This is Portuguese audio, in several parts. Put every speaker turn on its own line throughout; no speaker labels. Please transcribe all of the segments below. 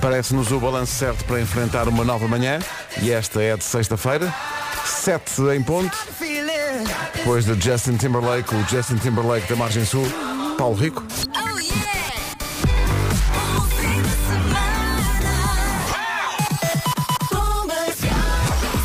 Parece-nos o balanço certo para enfrentar uma nova manhã e esta é de sexta-feira, 7 em ponto. Depois de Justin Timberlake, o Justin Timberlake da Margem Sul, Paulo Rico.
Oh yeah! O fim de semana.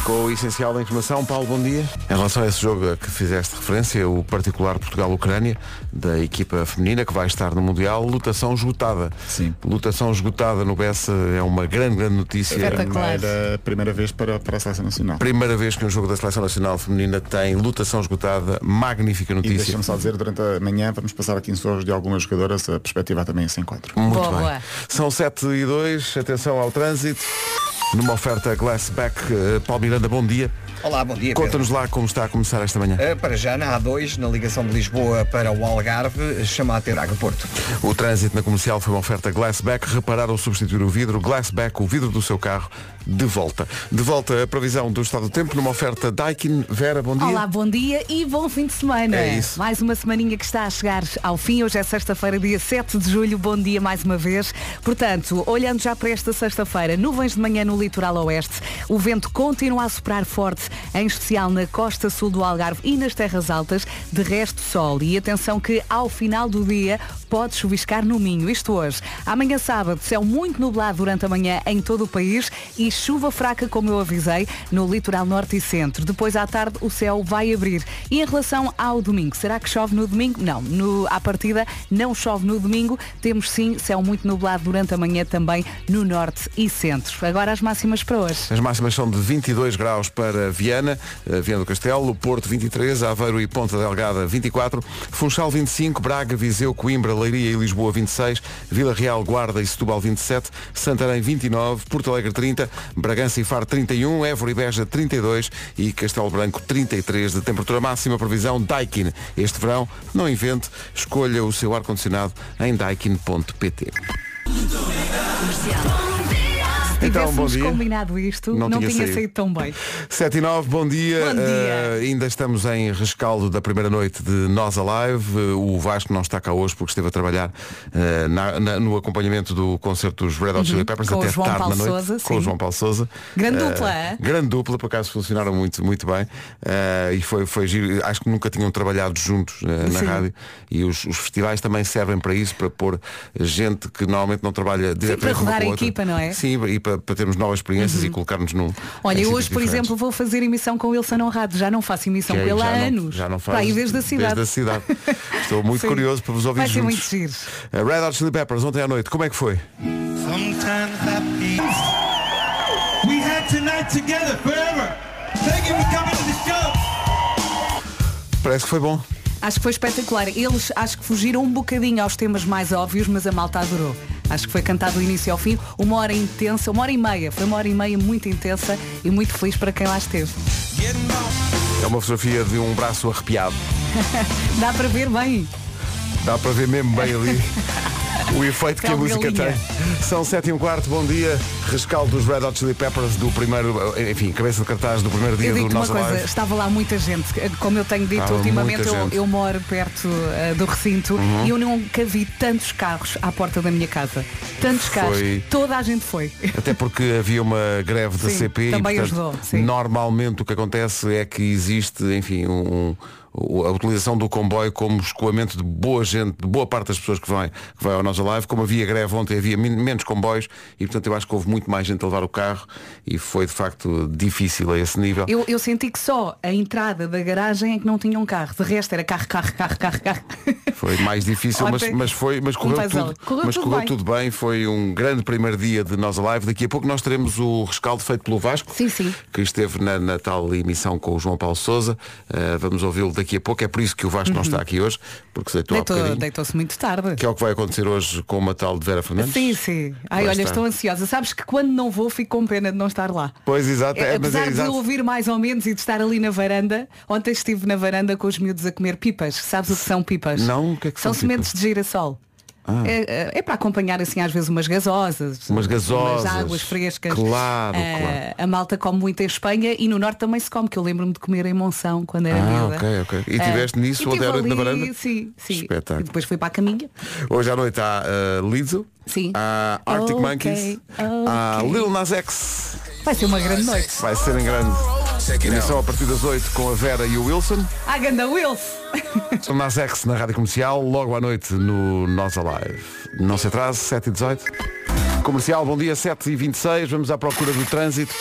Com o essencial da informação, Paulo, bom dia. Em relação a esse jogo a que fizeste referência, o particular Portugal-Ucrânia, da equipa feminina que vai estar no Mundial, lutação esgotada.
Sim.
Lutação esgotada no Bessa é uma grande, grande notícia.
Espetacular.
Era a primeira vez para, para a Seleção Nacional.
Primeira vez que um jogo da Seleção Nacional Feminina tem lutação esgotada, magnífica
E
notícia.
deixa-me só dizer, durante a manhã vamos passar aqui em sons de algumas jogadoras a perspectivar também esse encontro.
Muito
Boa,
bem.
boa.
São 7 e 2, atenção ao trânsito. Numa oferta Glassback, eh, Paulo Miranda, bom dia.
Olá, bom dia. Pedro.
Conta-nos lá como está a começar esta manhã.
Ah, Para já na A2, na ligação de Lisboa para o Algarve, chama a Terraga Porto.
O trânsito na comercial foi uma oferta Glassback. Reparar ou substituir o vidro. Glassback, o vidro do seu carro, de volta. De volta a previsão do estado do tempo numa oferta Daikin. Vera, bom dia.
Olá, bom dia e bom fim de semana.
É isso.
Mais uma semaninha que está a chegar ao fim. Hoje é sexta-feira, dia 7 de julho. Bom dia mais uma vez. Portanto, olhando já para esta sexta-feira, nuvens de manhã no litoral oeste. O vento continua a soprar forte, em especial na costa sul do Algarve e nas terras altas. De resto, sol. E atenção que ao final do dia pode chuviscar no Minho. Isto hoje. Amanhã sábado, céu muito nublado durante a manhã em todo o país e chuva fraca, como eu avisei, no litoral norte e centro. Depois à tarde o céu vai abrir. E em relação ao domingo, será que chove no domingo? Não, no, à partida não chove no domingo. Temos sim céu muito nublado durante a manhã também no norte e centro. Agora as máximas para hoje.
As máximas são de 22 graus para Viana, eh, Viana do Castelo, Porto 23, Aveiro e Ponta Delgada 24, Funchal 25, Braga, Viseu, Coimbra, Leiria e Lisboa 26, Vila Real, Guarda e Setúbal 27, Santarém 29, Porto Alegre 30, Bragança e Faro 31, Évora e Beja 32 e Castelo Branco 33 de temperatura máxima previsão Daikin. Este verão, não invente, escolha o seu ar-condicionado em daikin.pt. Então, bom
Tivéssemos
dia.
combinado isto,
Não
não,
tinha
tinha,
saído.
saído. tão bem.
7 e 9, bom dia.
Bom dia.
Eh, ainda estamos em rescaldo da primeira noite de Nós Alive. Eh, o Vasco não está cá hoje porque esteve a trabalhar eh, na- na- no acompanhamento do concerto dos Red Hot Chili Peppers
Uhum. Com o
até
João
tarde
Paulo
na noite.
Sousa,
com o
sim.
João Paulo Sousa.
Grande
Eh,
dupla, é?
Grande dupla, por acaso funcionaram muito, muito bem. Eh, e foi, foi giro. Acho que nunca tinham trabalhado juntos eh, na
Sim.
rádio. E os, os festivais também servem para isso, para pôr gente que normalmente não trabalha diretamente
para
uma
rodar
com
a
outra.
equipa, não é? Uhum.
Sim, e para, para termos novas experiências e colocar-nos num.
Olha,
em
eu
sítios
hoje, por
diferentes.
exemplo, vou fazer emissão com o Wilson Honrado. Já não faço emissão
é Que
com
aí
ele há
já não-
anos.
já não faz.
Para aí desde a cidade.
Desde a cidade. Estou muito
Sim.
curioso para vos ouvir
Vai ser
juntos.
muito giro.
Uh, Red Hot Chili Peppers, ontem à noite, como é que foi?
Sometimes that means we had tonight together forever. Thank you for coming to the show.
Parece que foi bom.
Acho que foi espetacular. Eles acho que fugiram um bocadinho aos temas mais óbvios, mas a malta adorou. Acho que foi cantado do início ao fim, uma hora intensa, uma hora e meia. Foi uma hora e meia muito intensa e muito feliz para quem lá esteve.
Getting off.
É uma fotografia de um braço arrepiado.
Dá para ver bem.
Dá para ver mesmo bem ali o efeito que a
Calma,
música
É galinha.
tem. São 7 e um quarto, bom dia. Rescaldo dos Red Hot Chili Peppers do primeiro, eh, enfim, cabeça de cartaz do primeiro dia
Eu
do
digo-te uma
nosso
coisa,
live.
estava lá muita gente. Como eu tenho dito
Estava
ultimamente,
muita
eu,
gente. Uhum.
eu moro perto eh, do recinto e eu nunca vi tantos carros à porta da minha casa. Tantos carros.
Foi.
Toda a gente foi.
Até porque havia uma greve da
Sim,
CP
também
e portanto,
ajudou, sim.
normalmente o que acontece é que existe, enfim, um- um- a utilização do comboio como escoamento de boa gente, de boa parte das pessoas que vai, que vai ao nosso live. Como havia greve ontem, havia min- menos comboios e portanto eu acho que houve muito mais gente a levar o carro e foi de facto difícil a esse nível.
Eu, eu senti que só a entrada da garagem é que não tinha um carro. De resto era carro, carro, carro, carro, carro.
Foi mais difícil, mas,
Ontem,
mas foi, mas
um
correu,
puzzle.
tudo,
Correu
mas
tudo
correu
bem.
tudo bem. Foi um grande primeiro dia de Nós Alive. Daqui a pouco nós teremos o rescaldo feito pelo Vasco,
Sim, sim.
que esteve na, na tal emissão com o João Paulo Souza. Eh, vamos ouvi-lo daqui a pouco. É por isso que o Vasco não está aqui hoje, porque se deitou há
Uhum. Deitou-
bocadinho.
Deitou-se muito tarde.
Que é o que vai acontecer hoje com uma tal de Vera Fernandes.
Sim, sim. Ai,
Vai
olha,
estar.
estou ansiosa. Sabes que quando não vou fico com pena de não estar lá.
Pois, exato. É, mas é
Apesar de
exato.
eu ouvir mais ou menos e de estar ali na varanda, ontem estive na varanda com os miúdos a comer pipas. Sabes o que são pipas?
Não, o que é que são
sementes
pipas? Ah.
de girassol. É, é para acompanhar assim às vezes umas gasosas,
Umas gasosas.
umas águas frescas.
Claro,
Eh, A malta come muito em Espanha e no norte também se come, que eu lembro-me de comer em Monção quando era
Ah,
miúda.
ok, ok. E
Eh,
tiveste nisso
e
ontem
tive
à noite na
ali,
varanda?
Sim, sim.
Espetáculo.
E depois fui para a caminha.
Hoje à noite há uh, Lizzo,
Sim.
há Arctic
Ok,
Monkeys, há Lil Nas X.
Vai ser uma grande noite.
Vai ser em grande. Emissão a partir das 8 com a Vera e o Wilson.
Ah, Ganda Wilson!
São Nas X na Rádio Comercial, logo à noite no Nós Alive. Não se atrase, 7 e 18 Comercial, bom dia, 7 e 26 Vamos à procura do trânsito.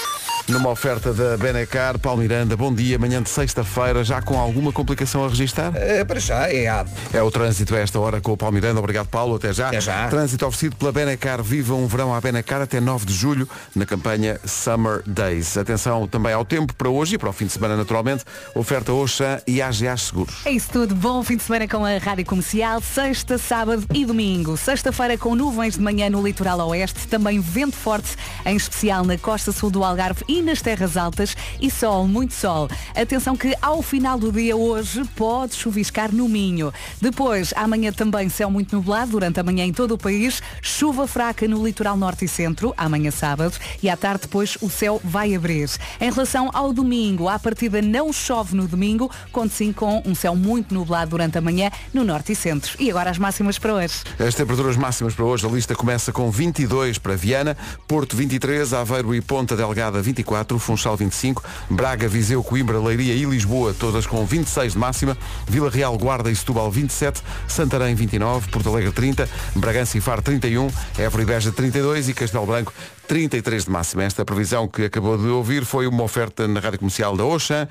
Numa oferta da Benecar, Paulo Miranda, bom dia, manhã de sexta-feira, já com alguma complicação a registrar?
Eh, para já é a
É o trânsito a esta hora com o Paulo Miranda. Obrigado, Paulo. Até já.
Até já.
Trânsito oferecido pela Benacar. Viva um verão à Benacar até 9 de julho na campanha Summer Days. Atenção também ao tempo para hoje e para o fim de semana, naturalmente. Oferta Oxã e AGA Seguros.
É isso tudo. Bom fim de semana com a Rádio Comercial. Sexta, sábado e domingo. Sexta-feira com nuvens de manhã no litoral oeste. Também vento forte, em especial na costa sul do Algarve e nas terras altas. E sol, muito sol. Atenção que ao final do dia hoje pode chuviscar no Minho. Depois, amanhã também céu muito nublado durante a manhã em todo o país. Chuva fraca no litoral norte e centro, amanhã sábado. E à tarde depois o céu vai abrir. Em relação ao domingo, à partida não chove no domingo, conto sim com um céu muito nublado durante a manhã no norte e centro. E agora as máximas para hoje.
As temperaturas máximas para hoje, a lista começa com 22 para Viana, Porto 23, Aveiro e Ponta Delgada 24, Funchal 25, Braga, Viseu, Coimbra, Leiria e Lisboa, todas com 26 de máxima, Vila Real, Guarda e Setúbal 27, Santarém 29, Porto Alegre 30, Bragança e Faro 31, Évora e Beja 32 e Castelo Branco 33 de máxima. Esta previsão que acabou de ouvir foi uma oferta na Rádio Comercial da Oxan,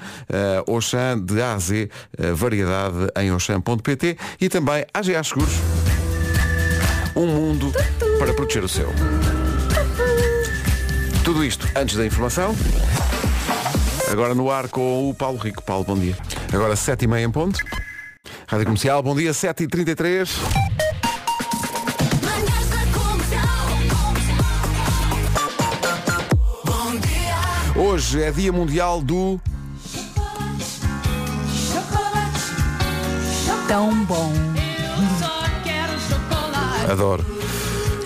Oxan de A a Z, eh, variedade em oxan.pt e também AGA Seguros um mundo para proteger o seu. Tudo isto antes da informação. Agora no ar com o Paulo Rico. Paulo, bom dia. Agora 7h30 em ponto. Rádio Comercial, bom dia, 7h33.
Manhãs da Comercial. Bom dia.
Hoje é dia mundial do...
Chocolate.
Tão bom.
Adoro.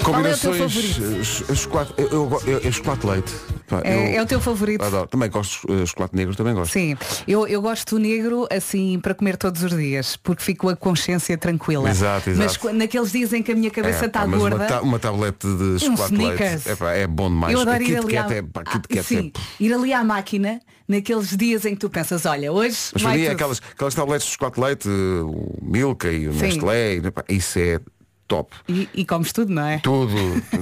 Combinações...
é favorito?
eh, cho- chocolate, eu, eu, eu- eu- chocolate leite. Pá,
É,
eu
é o teu favorito.
Adoro. Também gosto eh, chocolate negro, também gosto.
Sim, eu, eu gosto do negro assim para comer todos os dias, porque fico a consciência tranquila.
Exato, exato.
Mas qu- naqueles dias em que a minha cabeça
É,
está
pá, mas
gorda. Um
Uma, ta- uma tablete de chocolate
Snickers.
leite. É, pá, é bom demais.
Eu
A
adoro ir
Kit
ali, à...
Kat é, pá, Kit
Ah,
Kat é-
sim, ir ali à máquina naqueles dias em que tu pensas, olha, hoje
Mas para
vai
mim é
tudo.
aquelas, aquelas tabletes de chocolate de leite, eh, o Milka e o
Sim.
Nestlé, e, pá, isso é top.
E, e comes tudo, não é?
Tudo.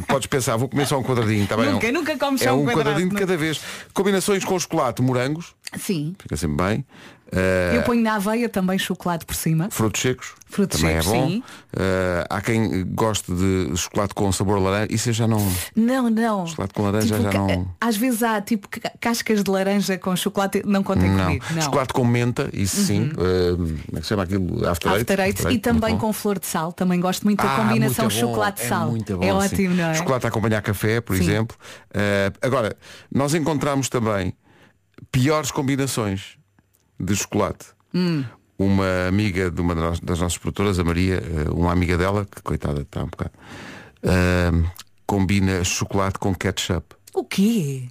Podes pensar, vou comer só um quadradinho, está bem?
Nunca,
É um-
nunca comes
É
só um
um
quadrado,
quadradinho de
não.
cada vez. Combinações com chocolate, morangos,
Sim.
fica sempre bem. Eh,
Eu ponho na aveia também chocolate por cima.
frutos secos.
Frutos
também
secos,
é bom.
sim.
Eh, há quem goste de chocolate com sabor laranja. Isso eu já não.
Não, não. Tipo,
Chocolate com laranja já
ca-
não-
Às vezes há tipo ca- cascas de laranja com chocolate, não contem
Não.
comigo. Não. Uhum.
Chocolate com menta, isso sim. Eh, como é que se chama aquilo? After, uhum.
After Eight e
muito
também
bom.
com flor de sal, também gosto muito da
Ah,
combinação
muito bom,
chocolate-sal.
É, muito bom, sim.
ótimo, não é?
Chocolate a acompanhar café, por
Sim.
exemplo. Eh, agora, nós encontramos também piores combinações de chocolate.
Hum.
Uma amiga de uma das nos- das nossas produtoras, a Maria, eh, uma amiga dela, que coitada está um bocado, eh, combina chocolate com ketchup.
O quê?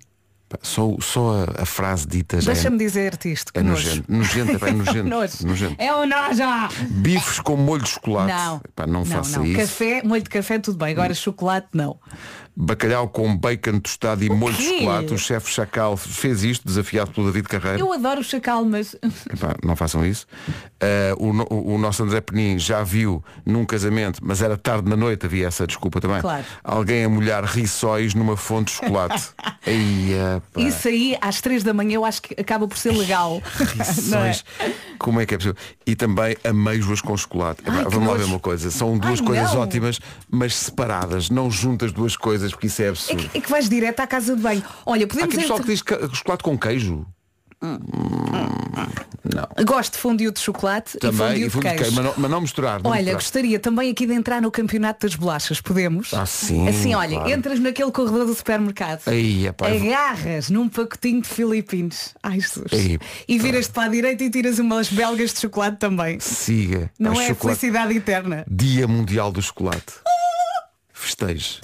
Pá, Só, só a, a frase dita já é-
Deixa-me dizer-te isto. Que
é,
nojo.
nojento. Nojento, é, é
É um
nojento.
nojo.
nojento.
É um nojo.
Bifes com molho de chocolate.
Não.
Pá, não, faça
não.
isso.
Café, molho de café, tudo bem. Agora chocolate, não.
Bacalhau com bacon tostado e molho de
quê?
chocolate. O chefe Chacal fez isto, desafiado pelo David Carreira.
Eu adoro o chacal, mas
Epá, não façam isso. Eh, o, no- o nosso André Penin já viu num casamento, mas era tarde na noite, havia essa desculpa também.
Claro.
Alguém a molhar rissóis numa fonte de chocolate. Ei, epá,
isso aí às três da manhã eu acho que acaba por ser legal. Não é?
rissóis. Como é que é possível? E também ameijoas com chocolate. Epá,
Ai, que
vamos lá ver
nojo.
uma coisa. São duas
Ai,
coisas
não.
ótimas, mas separadas. Não juntas duas coisas, porque isso é
É
absurdo.
que, é que vais direto à casa de banho. Olha,
Há
podemos
aqui pessoal que
entre-
diz que- chocolate com queijo. Não.
Gosto de fondue de chocolate e
Também,
fondue
e
de
fundo de
queijo.
queijo, mas não, mas não misturar. Não
Olha,
misturar.
gostaria também aqui de entrar no campeonato das bolachas, podemos?
Ah, sim,
Assim, olha,
claro.
entras naquele corredor do supermercado.
Aí, é epá, eu vou-
agarras num pacotinho de Filipinos. Ai, Jesus.
Aí,
e viras-te para a direita e tiras umas belgas de chocolate também.
Siga.
Não
Pá,
é
chocolate.
felicidade eterna.
Dia Mundial do Chocolate. Festeje.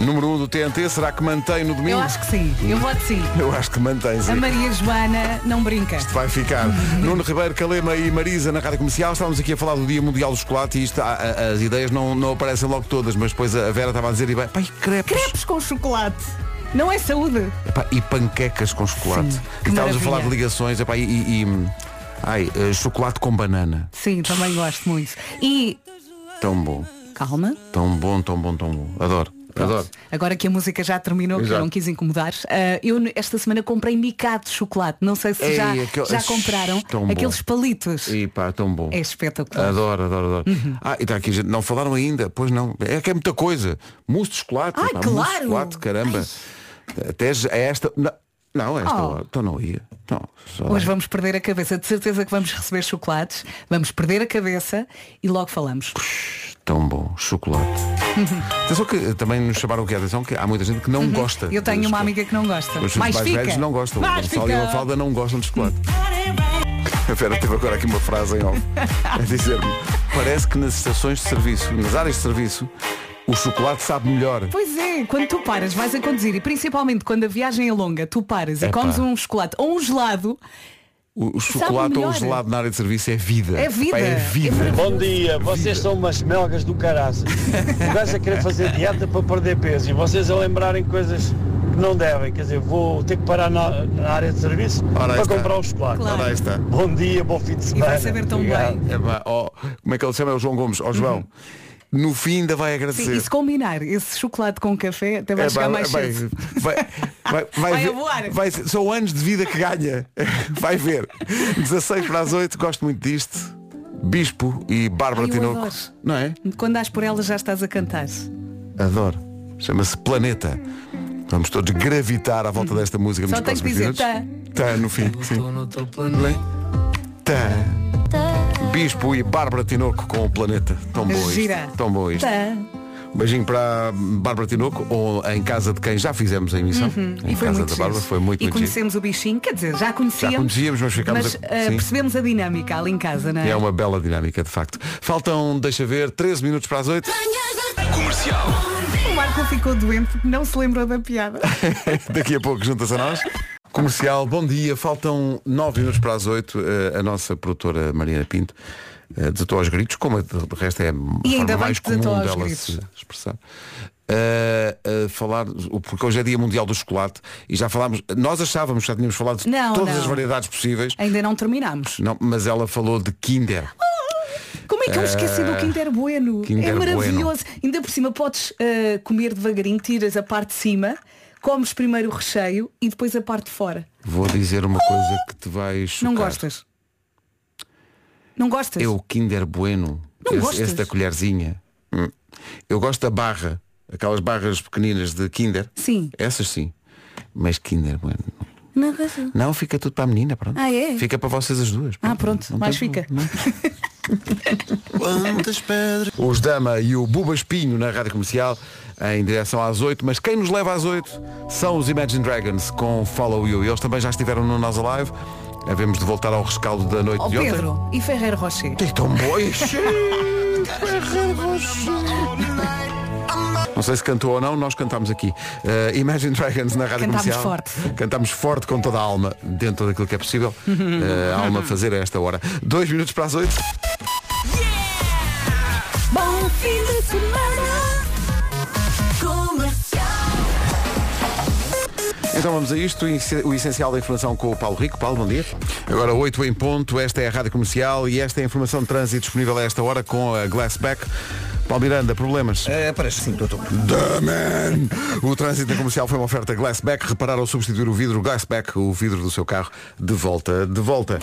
Número 1 um do TNT, será que mantém no domingo?
Eu acho que sim. Eu voto sim.
Eu acho que mantém,
A
sim.
Maria Joana não brinca.
Vai ficar. Nuno Ribeiro, Calema e Marisa na Rádio Comercial. Estávamos aqui a falar do Dia Mundial do Chocolate e isto, a- a- as ideias não, não aparecem logo todas, mas depois a Vera estava a dizer e bem, pai, crepes.
Crepes com chocolate. Não é saúde.
Epá, e panquecas com chocolate.
Sim,
e
que
estávamos a
maravilha.
falar de ligações epá, e, e- e- ai, eh, chocolate com banana.
Sim, também gosto muito. E
Tão bom,
calma.
tão bom, tão bom, tão bom. Adoro, adoro.
Agora que a música já terminou, que eu
Exato.
não quis incomodar, ah, eu n- esta semana comprei micado de chocolate. Não sei se
Ei,
já,
aquele-
já compraram
tão bom.
aqueles palitos.
E pá, tão bom.
É espetacular. Uhum.
Adoro, adoro, adoro. Ah, e está aqui gente. Não falaram ainda, pois não. É que é muita coisa. Mousse de chocolate.
Ai,
pá, Mousse de
claro.
chocolate, caramba. Até já- é esta. Não, não é esta
Oh.
hora. Então não ia. Não, só
Hoje
dá.
vamos perder a cabeça. De certeza que vamos receber chocolates. Vamos perder a cabeça e logo falamos.
Tão bom. Chocolate. Atenção que eh, também nos chamaram aqui a atenção que há muita gente que não gosta.
Uhum. Eu
de
tenho uma
chocolate.
amiga que não gosta.
Os mais,
Mas fica.
velhos não gostam.
Mas
o Gonçalo e a
fica.
Mafalda não gostam de chocolate. A Vera teve agora aqui uma frase em off a dizer-me parece que nas estações de serviço, nas áreas de serviço, o chocolate sabe melhor.
Pois é, quando tu paras, vais a conduzir e principalmente quando a viagem é longa, tu paras e
Epá.
comes um chocolate ou um gelado,
O, o chocolate ou o
melhor.
gelado na área de serviço é vida.
É vida.
Pá, é vida.
Bom dia, vocês são umas melgas do caraças. O gajo a querer fazer dieta para perder peso e vocês a lembrarem coisas que não devem. Quer dizer, vou ter que parar na, na área de serviço
Ora, aí
para
está.
comprar um chocolate.
Claro.
Ora, aí está.
Bom dia, bom fim de
E
semana.
vai saber tão
Obrigado.
bem.
É, pá, ó, como é que ele se chama? É o João Gomes. Ó João, no fim ainda vai agradecer.
Uhum. Sim, e se combinar esse chocolate com café, até vai
É,
chegar
pá,
mais
vai,
cedo.
vai, vai, vai
Vai
ver-
a voar.
vai ser- são anos de vida que ganha. Vai ver. 16 para as 8, gosto muito disto. Bispo e Bárbara
Ai, eu
Tinoco.
adoro.
Não é?
Quando dás por ela já estás a cantar.
Adoro. Chama-se Planeta. Vamos todos gravitar à volta desta música
Hum. Só
nos
tenho que
próximos
dizer,
minutos. Tá no fim. Sim. Tá. Bispo e Bárbara Tinoco com o Planeta. Tão bom isto.
Gira.
Tão bom isto.
Tá.
Beijinho para a Bárbara Tinoco ou em casa de quem já fizemos a emissão. Em
Uhum. E foi
casa
muito
da Bárbara
giro.
foi muito, muito
E
giro.
conhecemos o bichinho, quer dizer, já conhecíamos.
Já conhecíamos, mas ficámos
mas,
a-
ah,
sim.
percebemos a dinâmica ali em casa, não
E
é?
É uma bela dinâmica, de facto. Faltam, deixa ver, 13 minutos para as 8.
O Marco ficou doente, não se lembrou da piada.
Daqui a pouco juntas a nós. Comercial, bom dia. Faltam 9 minutos para as 8. Eh, a nossa produtora Mariana Pinto eh, desatou aos gritos, como a de de resto é a forma
ainda bem
mais
que desatou
comum
aos
dela
gritos.
se expressar. Eh, a falar, porque hoje é dia mundial do chocolate e já falámos, nós achávamos, já tínhamos falado de
Não,
todas
não.
as variedades possíveis,
Ainda não terminámos.
não, mas ela falou de Kinder.
Como é que eu me esqueci do Kinder Bueno?
Ah, Kinder
é
Bueno.
maravilhoso. Ainda por cima podes ah, comer devagarinho, tiras a parte de cima, comes primeiro o recheio e depois a parte de fora.
Vou dizer uma coisa que te vai chocar.
Não gostas? Não gostas?
É o Kinder Bueno.
Não
Esse,
gostas?
esse da colherzinha. Hum. Eu gosto da barra. Aquelas barras pequeninas de Kinder.
Sim.
Essas sim. Mas Kinder Bueno.
Não gosto.
Não, fica tudo para a menina, pronto.
Ah, é?
Fica para vocês as duas.
Ah, pronto, mais
tem-
fica.
não. Os Dama e o Buba Espinho na Rádio Comercial em direção às 8, mas quem nos leva às 8 são os Imagine Dragons com Follow You. E Eles também já estiveram no Nós Alive. Havemos de voltar ao rescaldo da noite
Ó
de ontem.
Oh, Pedro e Ferreiro Rocher.
Tem tão boi. Não sei se cantou ou não, nós cantámos aqui. Eh, Imagine Dragons na Rádio
Cantámos
Comercial.
forte.
Cantámos forte com toda a alma, dentro daquilo que é possível. Eh, a alma fazer a esta hora. Dois minutos para as oito.
Bom fim de semana. Comercial.
Então vamos a isto, o essencial da informação com o Paulo Rico. Paulo, bom dia. Agora 8 em ponto, esta é a Rádio Comercial e esta é a informação de trânsito disponível a esta hora com a Glassback. Paulo Miranda, problemas?
Eh, para 5 de outubro.
The man. O trânsito na comercial foi uma oferta Glassback. Reparar ou substituir o vidro Glassback, o vidro do seu carro, de volta, de volta.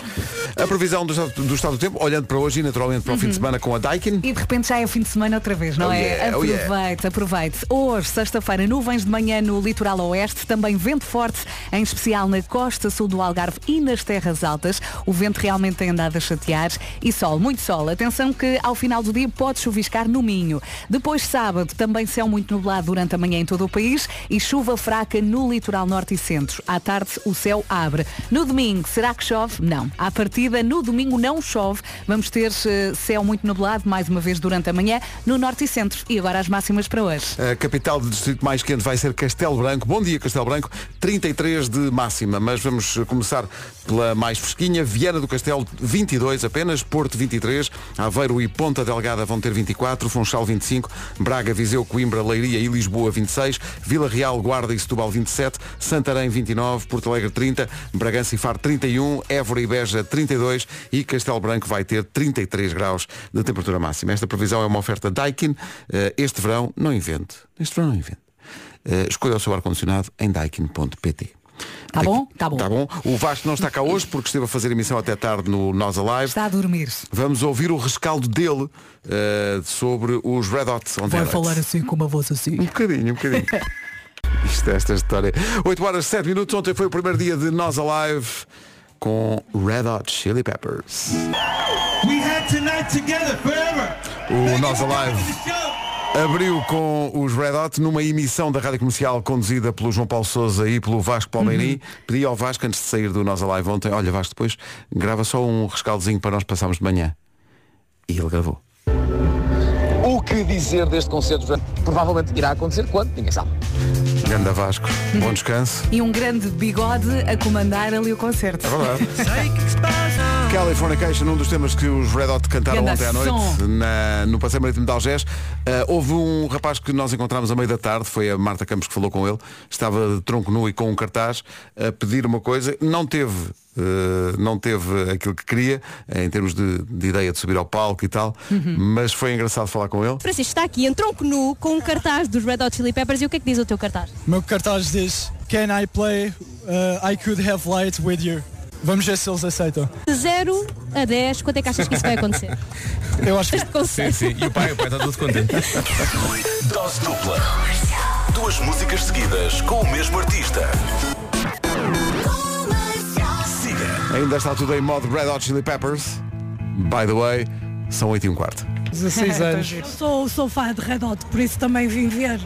A previsão do, estado- do estado do tempo, olhando para hoje e naturalmente para o fim de semana com a Daikin.
E de repente já é o fim de semana outra vez, não
Oh
é?
yeah, oh
aproveite,
yeah.
aproveite. Hoje, sexta-feira, nuvens de manhã no litoral oeste, também vento forte, em especial na costa sul do Algarve e nas terras altas. O vento realmente tem andado a chatear e sol, muito sol. Atenção que ao final do dia pode chuviscar no Minho. Depois sábado, também céu muito nublado durante a manhã em todo o país e chuva fraca no litoral norte e centro. À tarde o céu abre. No domingo, será que chove? Não. À partida, no domingo não chove. Vamos ter eh, céu muito nublado mais uma vez durante a manhã no norte e centro. E agora as máximas para hoje.
A capital do distrito mais quente vai ser Castelo Branco. Bom dia, Castelo Branco. 33 de máxima, mas vamos eh, começar pela mais fresquinha. Viana do Castelo, 22 apenas. Porto, 23. Aveiro e Ponta Delgada vão ter 24. Funchal, 25. Braga, Viseu, Coimbra, Leiria e Lisboa, 26. Vila Real, Guarda e Setúbal, 27. Santarém, 29. Porto Alegre, 30. Bragança e Faro, 31. Évora e Beja, 32. E Castelo Branco vai ter 33 graus de temperatura máxima. Esta previsão é uma oferta Daikin. Eh, Este verão não invente. Este verão não invente. Eh, Escolha o seu ar-condicionado em daikin.pt.
Tá bom? Tá bom.
Tá bom. O Vasco não está cá hoje porque esteve a fazer emissão até tarde no Nós Alive.
Está a dormir.
Vamos ouvir o rescaldo dele eh, sobre os Red Hot. on
Vai
Velvet.
falar assim com uma voz assim.
Um bocadinho, um bocadinho. Isto é esta história. 8 horas 7 minutos, ontem foi o primeiro dia de Nós Alive com Red Hot Chili Peppers.
We had tonight together forever.
O
Thank
Nós
you for
Alive
coming to the show.
Abriu com os Red Hot numa emissão da Rádio Comercial conduzida pelo João Paulo Sousa e pelo Vasco Palmeiri. Pedi ao Vasco, antes de sair do Nós Alive ontem, olha Vasco, depois grava só um rescaldozinho para nós passarmos de manhã. E ele gravou.
O que dizer deste concerto? Joana? Provavelmente irá acontecer quando? Ninguém sabe.
Ganda Vasco, bom descanso.
E um grande bigode a comandar ali o concerto.
É verdade. Californication, um dos temas que os Red Hot cantaram
Ganda
ontem à noite
som.
na- no Passeio Marítimo de Algés. Ah, houve um rapaz que nós encontramos a meio da tarde, foi a Marta Campos que falou com ele, estava de tronco nu e com um cartaz a pedir uma coisa, não teve. ah, não teve aquilo que queria eh, em termos de, de ideia de subir ao palco e tal, mas foi engraçado falar com ele.
Francisco está aqui em tronco nu com um cartaz dos Red Hot Chili Peppers e o que é que diz o teu cartaz?
O meu cartaz diz Can I play uh, I Could Have Light With You? Vamos ver se eles aceitam.
De 0 a 10, quanto é que achas que isso vai acontecer?
Eu acho que
Este conceito.
E o pai, o pai está todo contente.
Dose dupla. Duas músicas seguidas com o mesmo artista. Siga.
Ainda está tudo em modo Red Hot Chili Peppers. By the way, são 8 e um quarto.
16 anos.
Sou, sou fã de Red Hot, por isso também vim ver.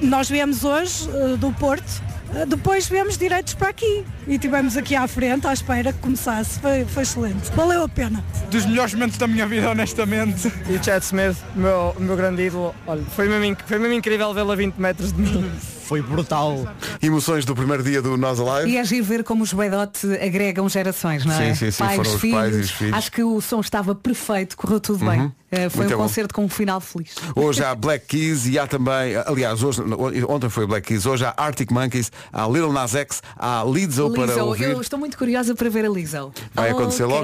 Nós viemos hoje eh, do Porto, eh, depois viemos direitos para aqui e tivemos aqui à frente à espera que começasse. Foi, foi excelente. Valeu a pena.
Dos melhores momentos da minha vida, honestamente.
E o Chad Smith, meu, meu grande ídolo, olha, foi mesmo, inc- foi mesmo incrível vê-lo a 20 metros de mim.
Foi brutal.
Emoções do primeiro dia do Nós Alive.
E é giro ver como os Bedote agregam gerações, não é?
Sim, sim, sim, foram os pais e os filhos. Uhum.
Acho que o som estava perfeito, correu tudo bem. Eh, foi
Muito
um
bom.
concerto com um final feliz.
Hoje há Black Keys e há também, aliás, hoje, ontem foi Black Keys, hoje há Arctic Monkeys, há Little Nas X, há Lizzo, para
Lizzo,
ouvir.
eu estou muito curiosa para ver a Lizzo.
Vai acontecer
Ok,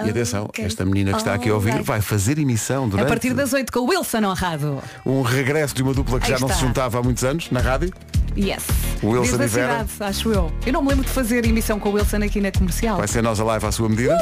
logo. E atenção,
ok,
esta menina que está aqui a ouvir
alright.
vai fazer emissão
A
durante
partir das 8 com o Wilson honrado.
um regresso de uma dupla que
Aí
já não se
está.
juntava há muitos anos na rádio.
Yes.
O Wilson
Desde a
e Vera.
cidade, acho eu. Eu não me lembro de fazer emissão com o Wilson aqui na comercial.
Vai ser Nós Alive à sua medida.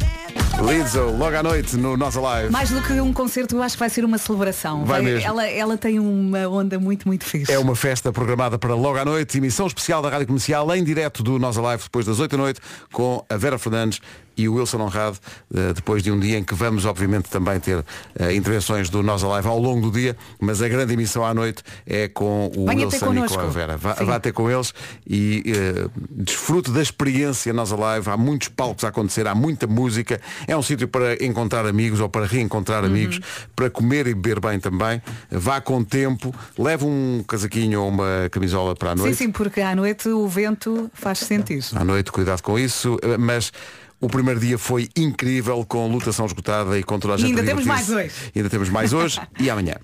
Uh!
Lizzo, logo à noite no Nós Alive.
Mais do que um concerto, eu acho que vai ser uma celebração.
Vai mesmo.
Ela, ela tem uma onda muito, muito fixe.
É uma festa programada para logo à noite, emissão especial da Rádio Comercial, em direto do Nós Alive, depois das 8 da noite, com a Vera Fernandes e o Wilson Honrado, eh, depois de um dia em que vamos, obviamente, também ter eh, intervenções do Nós Alive ao longo do dia, mas a grande emissão à noite é com o
Venha ter
Wilson e com
connosco.
a Vera. Vá,
Sim.
vá ter com eles e eh, desfrute da experiência Nós Alive. Há muitos palcos a acontecer, há muita música. É um sítio para encontrar amigos ou para
Uhum.
reencontrar amigos, para comer e beber bem também. Vá com tempo, leve um casaquinho ou uma camisola para a
Sim,
noite.
sim, porque à noite o vento faz sentir.
À noite, cuidado com isso, eh, mas o primeiro dia foi incrível com lutação esgotada e com toda a gente
ainda
a
temos
divertir-se.
mais hoje.
E ainda temos mais hoje e amanhã.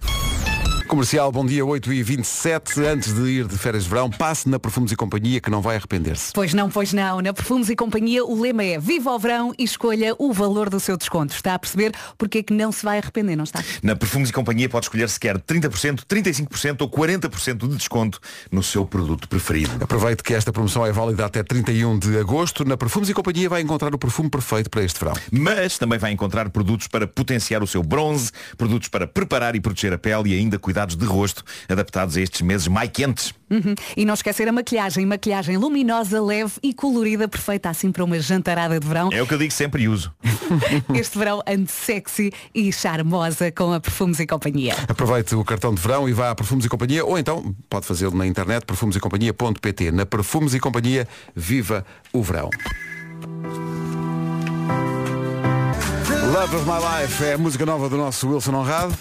Comercial, bom dia 8 e 27 Antes de ir de férias de verão, passe na Perfumes e Companhia que não vai arrepender-se.
Pois não, pois não. Na Perfumes e Companhia o lema é Viva o verão e escolha o valor do seu desconto. Está a perceber porque é que não se vai arrepender, não está?
Na Perfumes e Companhia pode escolher se quer 30%, 35% ou 40% de desconto no seu produto preferido.
Aproveite que esta promoção é válida até 31 de agosto. Na Perfumes e Companhia vai encontrar o perfume perfeito para este verão.
Mas também vai encontrar produtos para potenciar o seu bronze, produtos para preparar e proteger a pele e ainda cuidados de rosto adaptados a estes meses mais quentes.
Uhum. E não esquecer a maquilhagem, maquilhagem luminosa, leve e colorida, perfeita assim para uma jantarada de verão.
É o que eu digo sempre e uso.
Este verão ande sexy e charmosa com a Perfumes e Companhia.
Aproveite o cartão de verão e vá a Perfumes e Companhia ou então pode fazê-lo na internet perfumesecompanhia.pt. Na Perfumes e Companhia, viva o verão. Love of My Life é a música nova do nosso Wilson Honrado.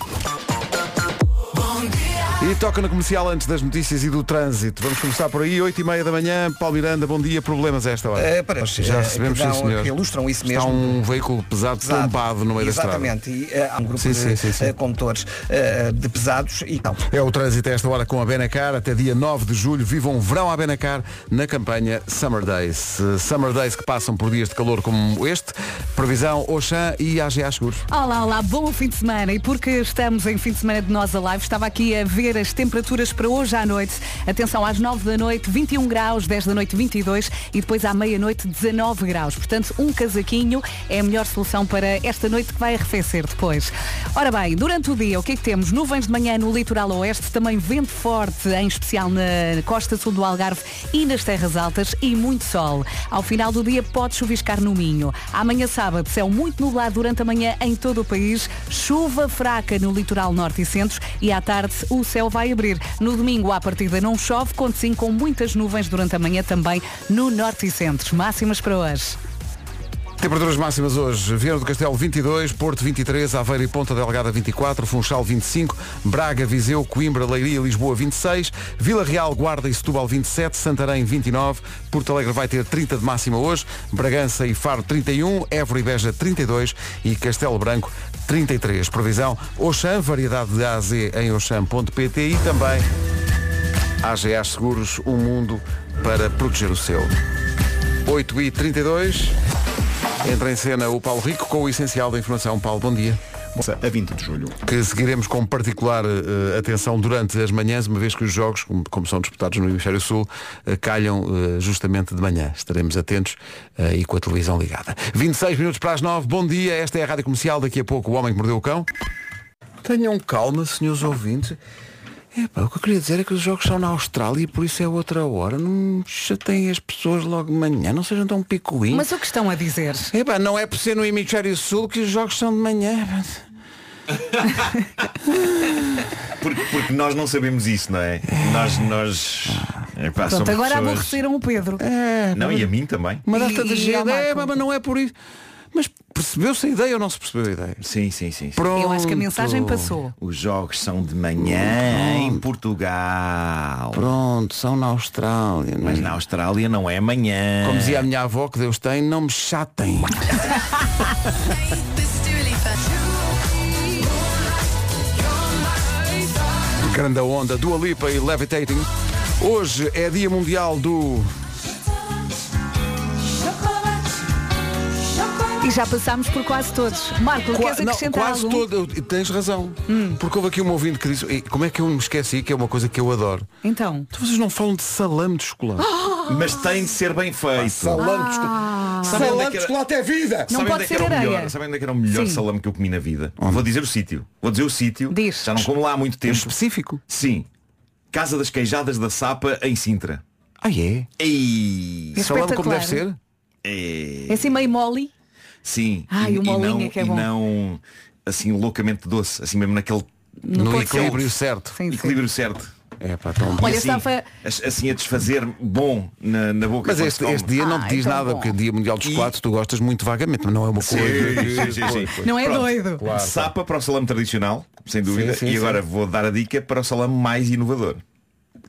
E toca no comercial antes das notícias e do trânsito. Vamos começar por aí, 8h30 da manhã. Paulo Miranda, bom dia. Problemas a esta hora?
Eh, parece,
É, Já
eh,
recebemos,
que
sim,
dão-
senhor.
que ilustram isso
Está
mesmo.
um veículo pesado,
Pesado.
tombado no meio da estrada.
Exatamente, e eh, há um grupo
Sim,
de
sim, sim, sim.
eh, condutores eh, de pesados e tal.
É o trânsito a esta hora com a Benacar até dia 9 de julho. Vivam um verão à Benacar na campanha Summer Days. Eh, Summer Days que passam por dias de calor como este. Previsão Oxan e AGA Seguros.
Olá, olá, bom fim de semana. E porque estamos em fim de semana de Nós Alive, estava aqui a ver as temperaturas para hoje à noite. Atenção, às 9 da noite, 21 graus, 10 da noite, 22 e depois à meia-noite, 19 graus. Portanto, um casaquinho é a melhor solução para esta noite que vai arrefecer depois. Ora bem, durante o dia, o que é que temos? Nuvens de manhã no litoral oeste, também vento forte, em especial na costa sul do Algarve e nas terras altas e muito sol. Ao final do dia pode chuviscar no Minho. Amanhã sábado, céu muito nublado durante a manhã em todo o país, chuva fraca no litoral norte e centro e à tarde o céu vai abrir. No domingo, à partida não chove, conto sim com muitas nuvens durante a manhã também no norte e centro. Máximas para hoje.
Temperaturas máximas hoje. Vieira do Castelo 22, Porto 23, Aveiro e Ponta Delgada 24, Funchal 25, Braga, Viseu, Coimbra, Leiria e Lisboa 26, Vila Real, Guarda e Setúbal 27, Santarém 29, Porto Alegre vai ter 30 de máxima hoje, Bragança e Faro 31, Évora e Beja 32 e Castelo Branco 33. Previsão Oxam, variedade de A a Z em oxam.pt e também AGA Seguros, um mundo para proteger o seu. 8 e 32 Entra em cena o Paulo Rico com o essencial da informação. Paulo, bom dia.
A 20 de julho.
Que seguiremos com particular eh, atenção durante as manhãs, uma vez que os jogos, como, como são disputados no Hemisfério Sul, eh, calham eh, justamente de manhã. Estaremos atentos eh, e com a televisão ligada. 26 minutos para as 9, bom dia. Esta é a Rádio Comercial. Daqui a pouco, o Homem que Mordeu o Cão. Tenham calma, senhores ouvintes. Epá, o que eu queria dizer é que os jogos são na Austrália e por isso é outra hora. Não chateiem as pessoas logo de manhã, não sejam tão picuinhos.
Mas o que estão a dizer?
Epá, não é por ser no Hemisfério Sul que os jogos são de manhã.
Porque, porque nós não sabemos isso, não é? Nós, nós. Epá,
Pronto,
somos
agora
pessoas-
aborreceram o Pedro.
Não, e a mim também.
Uma data
E-
de
e ao
gente. É,
Marco?
mas não é por isso. Mas percebeu-se a ideia ou não se percebeu a ideia?
Sim, sim, sim.
Pronto.
Eu acho que a mensagem passou.
Os jogos são de manhã em Portugal.
Pronto, são na Austrália. é?
Mas na Ah, Austrália não é amanhã.
Como dizia a minha avó, que Deus tem, não me chatem. Grande onda, Dua Lipa e Levitating. Hoje é dia mundial do...
E já passámos por quase todos. Marco,
Qua-
queres
não,
acrescentar Hum.
quase
algum?
todo. eu- Tens razão. Porque houve aqui um ouvinte que disse, "E como é que eu me esqueci, que é uma coisa que eu adoro.
Então.
Então Vocês não falam de salame de chocolate.
Mas tem de ser bem feito.
Salame de chocolate.
Sabe onde é
Salame
que
de
era-
chocolate é vida.
Sabem onde é que era o melhor, sabem onde é que era o melhor
Sim.
salame que eu comi na vida? Vou dizer o sítio. Vou dizer o sítio. Já não como lá há muito tempo.
específico?
Sim. Casa das Queijadas da Sapa, em Sintra.
Ah, é?
Ei.
É Salame como deve espetacular. ser? É assim meio mole.
Sim.
Ai,
e,
o molinho
e não,
é que é
e
bom.
não assim loucamente doce, assim mesmo naquele
No No conceito.
equilíbrio certo.
Sim, sim.
equilíbrio certo.
É pá, tão
Olha,
assim,
estava-
as- assim a desfazer bom na, na boca.
Mas
quando se
este,
come.
este dia não te diz nada, porque é dia mundial dos quatro, tu gostas muito vagamente, mas não é uma
Sim,
coisa. que-
sim, sim, sim.
Pois, pois.
Não é doido.
Claro.
Sapa para o salame tradicional, sem dúvida.
Sim, sim,
e
sim.
agora vou dar a dica para o salame mais inovador.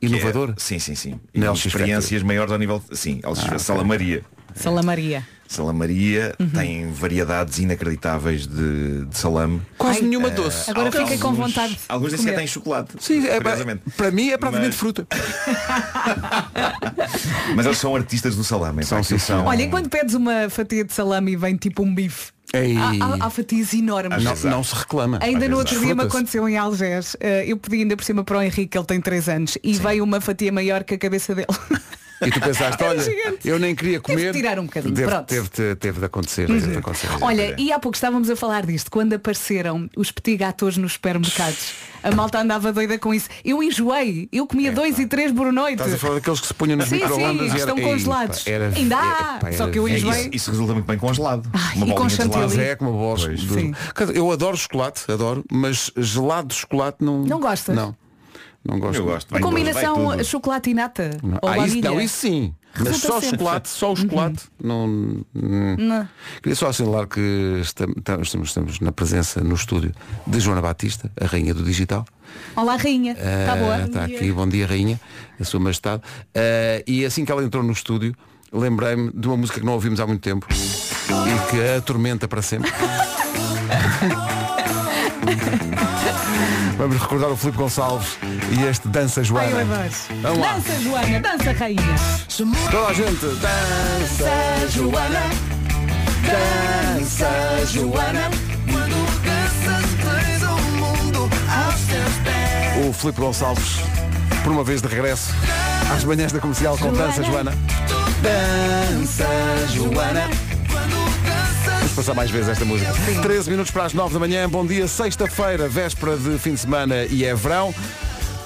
Inovador?
é.
Ah,
sim, sim, sim.
Na
E
LX
experiências maiores ao nível. Sim, LX Salamaria.
Salamaria.
Salamaria
Uhum.
tem variedades inacreditáveis de, de salame.
Quase nenhuma
Eh,
doce. Agora
alguns-
fiquei com vontade de
Alguns nem
comer.
sequer têm chocolate.
Sim, é,
curiosamente.
para mim é praticamente
Mas-
fruta.
Mas eles são artistas do salame. São, sim, são.
Olha, e quando pedes uma fatia de salame e vem tipo um bife?
Ei.
Há, há- há fatias enormes.
Não- não se reclama.
Ainda
Às vezes
no outro dia me
desfruta-se.
aconteceu em Algés. eh, eu pedi ainda por cima para o Henrique, ele tem 3 anos, e veio uma fatia maior que a cabeça dele.
E tu pensaste,
Era
olha,
É gigante.
eu nem queria
Teve
comer.
de tirar um bocadinho,
Deve-
pronto.
Teve, de- teve de acontecer.
Uhum.
teve de acontecer.
Olha,
é.
e há pouco estávamos a falar disto, quando apareceram os petit gâteaus nos supermercados. A malta andava doida com isso. Eu enjoei, eu
É,
comia dois e três por noite.
Estás a falar daqueles que se punham nos
Sim,
microondas
sim,
e era-
estão
Ei,
congelados.
pá, era-
Ainda há,
é, pá,
só
era-
que eu
é
enjoei.
Isso, isso resulta muito bem congelado.
e com chantilly.
É, com uma bola de
Sim.
Quer dizer, Eu adoro chocolate, adoro, mas gelado de chocolate não.
Não gostas?
Não. Não gosto.
Eu gosto.
A combinação chocolate e nata.
Não.
Ou
Ah, isso,
baunilha.
não, isso sim. Mas
Resulta
só
sempre. Uhum.
chocolate, só o chocolate. Não, não.
Não.
Queria só assinalar que estamos, estamos, estamos na presença no estúdio de Joana Batista, a rainha do digital.
Olá, rainha. Está
Ah,
boa?
Está aqui, bom dia Rainha, a sua majestade. Ah, e assim que ela entrou no estúdio, lembrei-me de uma música que não ouvimos há muito tempo e que a atormenta para sempre. Vamos recordar o Filipe Gonçalves e este Dança Joana.
Ai, eu adoro.
Vamos lá.
Dança, Joana, dança, rainha.
Toda a gente dança Joana.
Dança, Joana. Quando danças, tens o mundo aos teus pés.
O Filipe Gonçalves, por uma vez de regresso às manhãs da comercial com Dança Joana. Dança Joana. Vamos passar mais vezes esta música. 13 minutos para as 9 da manhã. Bom dia, sexta-feira, véspera de fim de semana e é verão.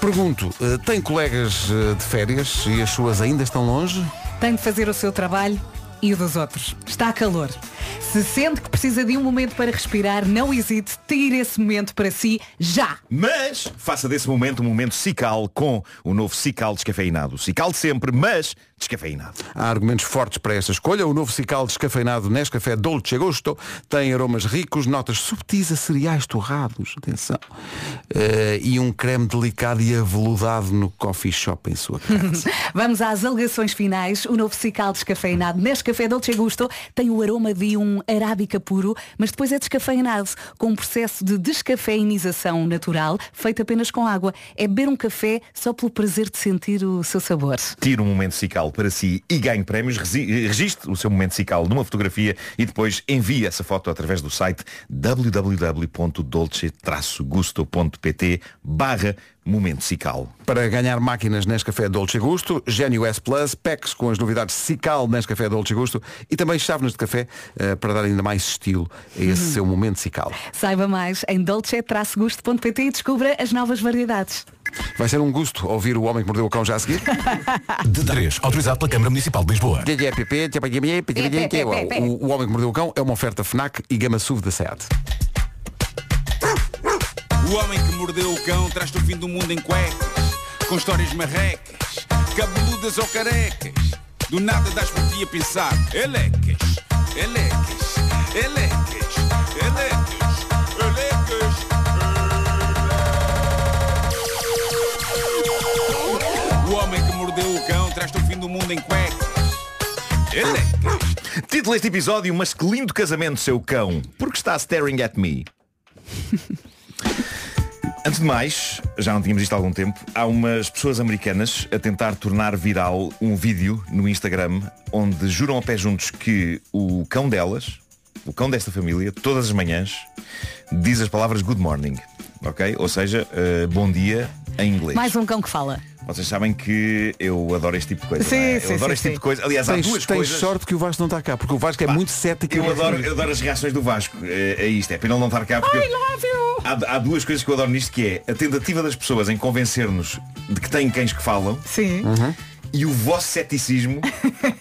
Pergunto, eh, tem colegas eh, de férias e as suas ainda estão longe?
Tem de fazer o seu trabalho e o dos outros. Está calor. Se sente que precisa de um momento para respirar, não hesite, tire esse momento para si já.
Mas faça desse momento um momento Cical com o novo Cical descafeinado. Cical de sempre, mas descafeinado.
Há argumentos fortes para esta escolha. O novo cical descafeinado Nescafé Dolce Gusto tem aromas ricos, notas subtis a cereais torrados, atenção, eh, e um creme delicado e aveludado no coffee shop em sua casa.
Vamos às alegações finais. O novo Cical descafeinado Nescafé Dolce Gusto tem o aroma de um arábica puro, mas depois é descafeinado, com um processo de descafeinização natural, feito apenas com água. É beber um café só pelo prazer de sentir o seu sabor.
Tire um momento Cical para si e ganhe prémios. Resi- eh, Registre o seu momento Cical numa fotografia e depois envie essa foto através do site www.dolce-gusto.pt barra momento Cical.
Para ganhar máquinas Nescafé Dolce Gusto, Gênio S Plus, packs com as novidades Cical Nescafé Dolce Gusto e também chávenas de café eh, para dar ainda mais estilo a esse
Uhum.
seu momento Cical.
Saiba mais em dolce-gusto.pt e descubra as novas variedades.
Vai ser um gosto ouvir o Homem que Mordeu o Cão já a seguir.
De 3, autorizado pela Câmara Municipal de Lisboa.
O Homem que Mordeu o Cão é uma oferta FNAC e gama SUV da SEAT.
O homem que mordeu o cão traz-te o fim do mundo em cuecas, com histórias marrecas, cabeludas ou carecas. Do nada das por ti a pensar, elecas, elecas, elecas, elecas, elecas. O homem que mordeu o cão traz-te o fim do mundo em cuecas.
Título deste episódio, mas que lindo casamento, seu cão. Porque está staring at me. Antes de mais, já não tínhamos isto há algum tempo, há umas pessoas americanas a tentar tornar viral um vídeo no Instagram onde juram a pé juntos que o cão delas, o cão desta família, todas as manhãs, diz as palavras good morning. Ok? Ou seja, eh, bom dia em inglês.
Mais um cão que fala.
Vocês sabem que eu adoro este tipo de coisa.
Sim,
não é? eu
sim,
adoro
sim,
este tipo
sim.
de coisa. Aliás, há
tens,
duas
tens
coisas.
sorte que o Vasco não está cá, porque o Vasco é muito cético.
Eu adoro, eu adoro as reações do Vasco. É, é isto, é pena ele não estar cá porque. eu- Há, há duas coisas que eu adoro nisto que é a tentativa das pessoas em convencer-nos de que têm cães que falam
Sim.
e o vosso ceticismo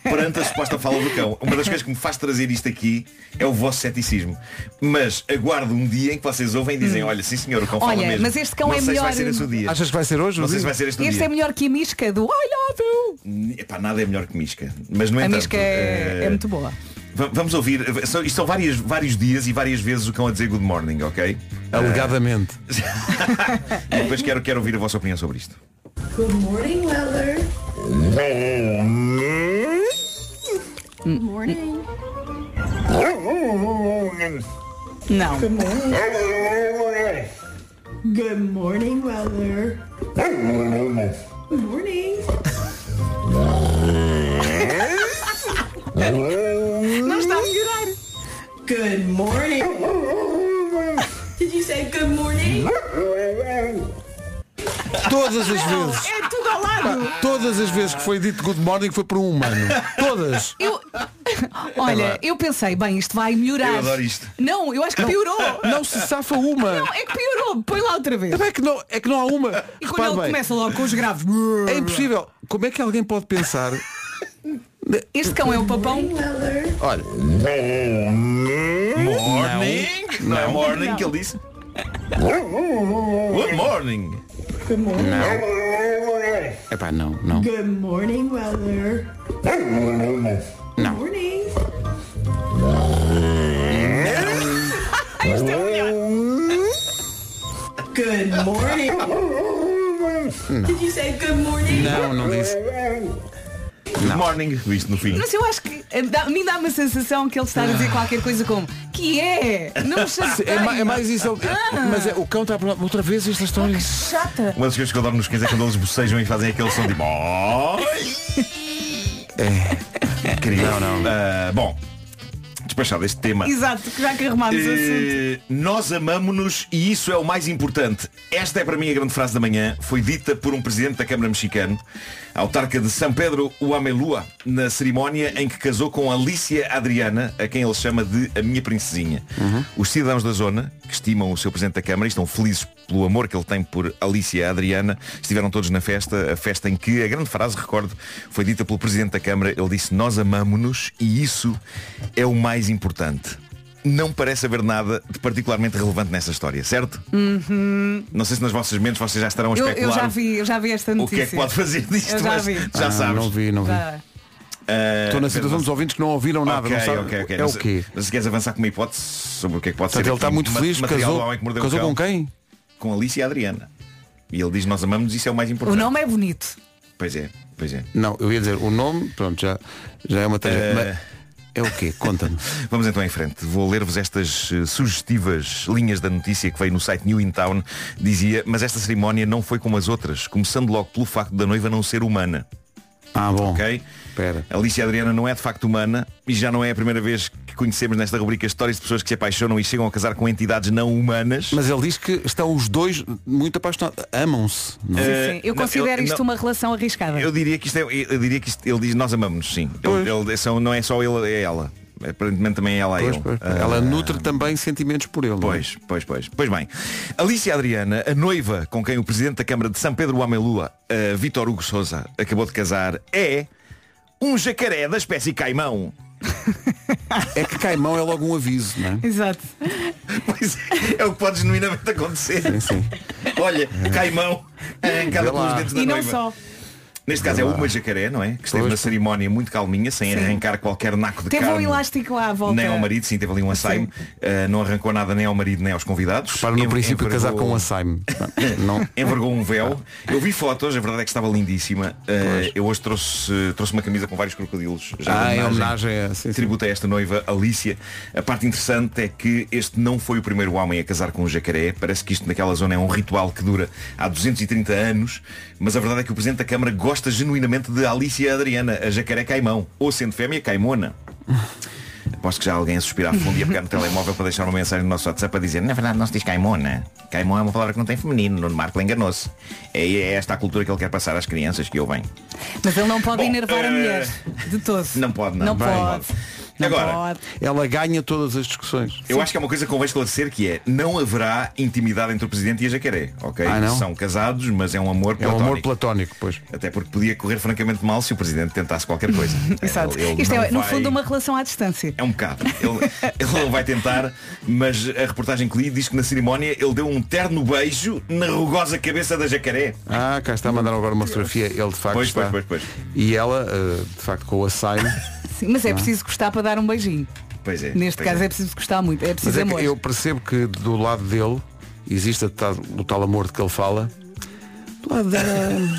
perante a suposta fala do cão. Uma das coisas que me faz trazer isto aqui é o vosso ceticismo. Mas aguardo um dia em que vocês ouvem e dizem, olha, sim senhor, o cão fala
Hum. Olha,
mesmo.
mas este cão
não
é
sei
melhor-
Se vai ser esse o dia.
Achas que vai ser hoje?
Não
o
sei se
dia?
vai ser este o
Este
dia.
é melhor que a misca do I love you.
Epá, nada é melhor que misca. Mas no
a
entanto,
misca é,
eh,
é muito boa.
Va- Vamos ouvir, são, isto são várias, vários dias e várias vezes o cão a dizer good morning, ok?
Alegadamente.
E depois quero, quero ouvir a vossa opinião sobre isto.
Good morning, Leather. Morning.
Não.
Good morning. Good morning, weather. Good morning.
Não está a melhorar.
Good morning. Did you say good morning?
Todas as
Não,
vezes.
É tudo ao lado.
Pá, Todas as vezes que foi dito good morning foi por um humano. Todas.
Eu,
É
olha,
verdade.
eu pensei, bem, isto vai melhorar.
Eu adoro isto.
Não, eu acho que
Não,
piorou.
não se safa uma.
Não, é que piorou. Põe lá outra vez.
É que não, é que não há uma. E
quando ele começa logo com os graves.
É impossível. Como é que alguém pode pensar?
Este cão é o papão.
Olha.
Morning? Não, é morning que ele disse? Good morning.
Good morning.
É pá, não, não.
Good morning, weather.
Não.
Morning. Good morning. Did you say good morning?
Não, não disse. Good morning, isto no fim.
Mas eu acho que eh, dá, a mim dá uma sensação que ele está a dizer qualquer coisa como que é? Não me chateie.
É, ma- é mais isso. é o- Mas é, o cão está a perguntar, outra vez esta história.
Chata.
Uma das coisas que eu adoro nos cães é quando eles bocejam e fazem aquele som tipo, de É. Incrível. Não, não. bom, despachado este tema.
Exato, que já que arrumámos o assunto.
Eh, nós amamos-nos e isso é o mais importante. Esta é para mim a grande frase da manhã. Foi dita por um presidente da Câmara Mexicana, a autarca de São Pedro Uamelua, na cerimónia em que casou com Alicia Adriana, a quem ele chama de a minha princesinha. Os cidadãos da zona, que estimam o seu presidente da Câmara e estão felizes pelo amor que ele tem por Alicia Adriana, estiveram todos na festa, a festa em que a grande frase, recordo, foi dita pelo presidente da Câmara. Ele disse: "Nós amamos-nos e isso é o mais importante." não parece haver nada de particularmente relevante nessa história, certo?
Uhum.
Não sei se nas vossas mentes vocês já estarão a
Eu, eu
especular
já vi, eu já vi esta
o que
notícia.
é que pode fazer disto,
Eu já
mas
vi.
já
Ah,
sabes.
não vi, não vi.
Já.
Ah,
Estou na situação
mas-
dos ouvintes que não ouviram nada.
Ok,
não sabem-
ok, ok.
É
Não
o
sei-
quê?
Não sei se queres avançar com uma hipótese sobre o que é que pode
Portanto,
ser.
ele está
aqui.
muito
Ma-
feliz,
material
casou-
do Homem que Mordeu o
casou
Cão.
com quem?
Com Alice e Adriana. E ele diz, nós amamos, isso é o mais
O
importante.
nome é bonito.
Pois é, pois é.
Não, eu ia dizer o nome, pronto, já, já é uma tarefa.
Eh,
Mas É o quê? Conta-me.
Vamos então em frente. Vou ler-vos estas eh, sugestivas linhas da notícia que veio no site New in Town. Dizia, mas esta cerimónia não foi como as outras, começando logo pelo facto da noiva não ser humana.
Ah, bom.
Ok?
Espera.
Alicia Adriana não é de facto humana e já não é a primeira vez que conhecemos nesta rubrica histórias de pessoas que se apaixonam e chegam a casar com entidades não humanas.
Mas ele diz que estão os dois muito apaixonados. Amam-se. não é?
Eh,
Sim, eu
não,
considero
eu-
isto
não.
uma relação arriscada.
Eu diria que isto é, eu diria que isto- ele diz nós amamos, sim. Ele, ele- são- não é só ele, é ela. Aparentemente também é ela é
Pois,
ele.
pois, pois.
Ah,
Ela nutre também sentimentos por ele. é?
Pois, pois, pois. Pois bem, Alicia Adriana, a noiva com quem o presidente da Câmara de São Pedro Amelua, Vitor Hugo Souza, acabou de casar, é um jacaré da espécie caimão.
É que caimão é logo um aviso, não é?
Exato.
Pois é, é o que pode genuinamente acontecer. Olha, caimão, eh, arrancada
É. Vê
pelos
lá.
dentes da
E não
noiva.
só.
Neste caso é
Vê lá.
uma jacaré, não é? Que esteve na cerimónia muito calminha, sem arrancar qualquer naco de
Teve um
carne.
elástico lá à volta.
Nem ao marido, sim, teve ali um assaime. Uh, não arrancou nada nem ao marido nem aos convidados. Para
no princípio, casar com um assaime. Não.
Envergou um véu. Eu vi fotos, a verdade é que estava lindíssima. Uh, eu hoje trouxe, trouxe uma camisa com vários crocodilos.
Ah,
de
em homenagem a- sim, sim.
Tributo a esta noiva, Alicia. A parte interessante é que este não foi o primeiro homem a casar com um jacaré. Parece que isto naquela zona é um ritual que dura há 230 anos. Mas a verdade é que o Presidente da Câmara gosta genuinamente de Alicia Adriana, a jacaré caimão. Ou sendo fêmea, caimona. Aposto que já alguém a suspirar fundo e a pegar no telemóvel para deixar uma mensagem no nosso WhatsApp a dizer na verdade não se diz caimona. Caimão é uma palavra que não tem feminino. Nuno Marco enganou-se. É, é esta a cultura que ele quer passar às crianças que eu venho.
Mas ele não pode
Bom,
enervar
eh,
a mulher. De todo.
Não pode, não.
Não
Bem,
pode. Não
Agora,
pode.
Ela ganha todas as discussões.
Eu acho que há uma coisa que convém esclarecer que é não haverá intimidade entre o presidente e a jacaré, ok?
Ah, não?
São casados, mas é um
É
amor
um
platónico.
amor platónico, pois.
Até porque podia correr francamente mal se o presidente tentasse qualquer coisa.
Exato.
Ele- ele
Isto
não
é, no
vai-
fundo, uma relação à distância.
É um bocado. Ele, ele não vai tentar, mas a reportagem que li diz que na cerimónia ele deu um terno beijo na rugosa cabeça da jacaré.
Ah, cá está a mandar agora uma fotografia. Ele de facto
Pois,
está.
pois, pois,
E ela, eh, de facto, com o assaime.
Sim, mas é
Não.
preciso gostar para dar um beijinho.
Pois é.
Neste
pois
caso é preciso gostar muito. É
Mas
preciso
é
amor.
que eu percebo que do lado dele existe a tal- o tal amor de que ele fala, Estou a dar.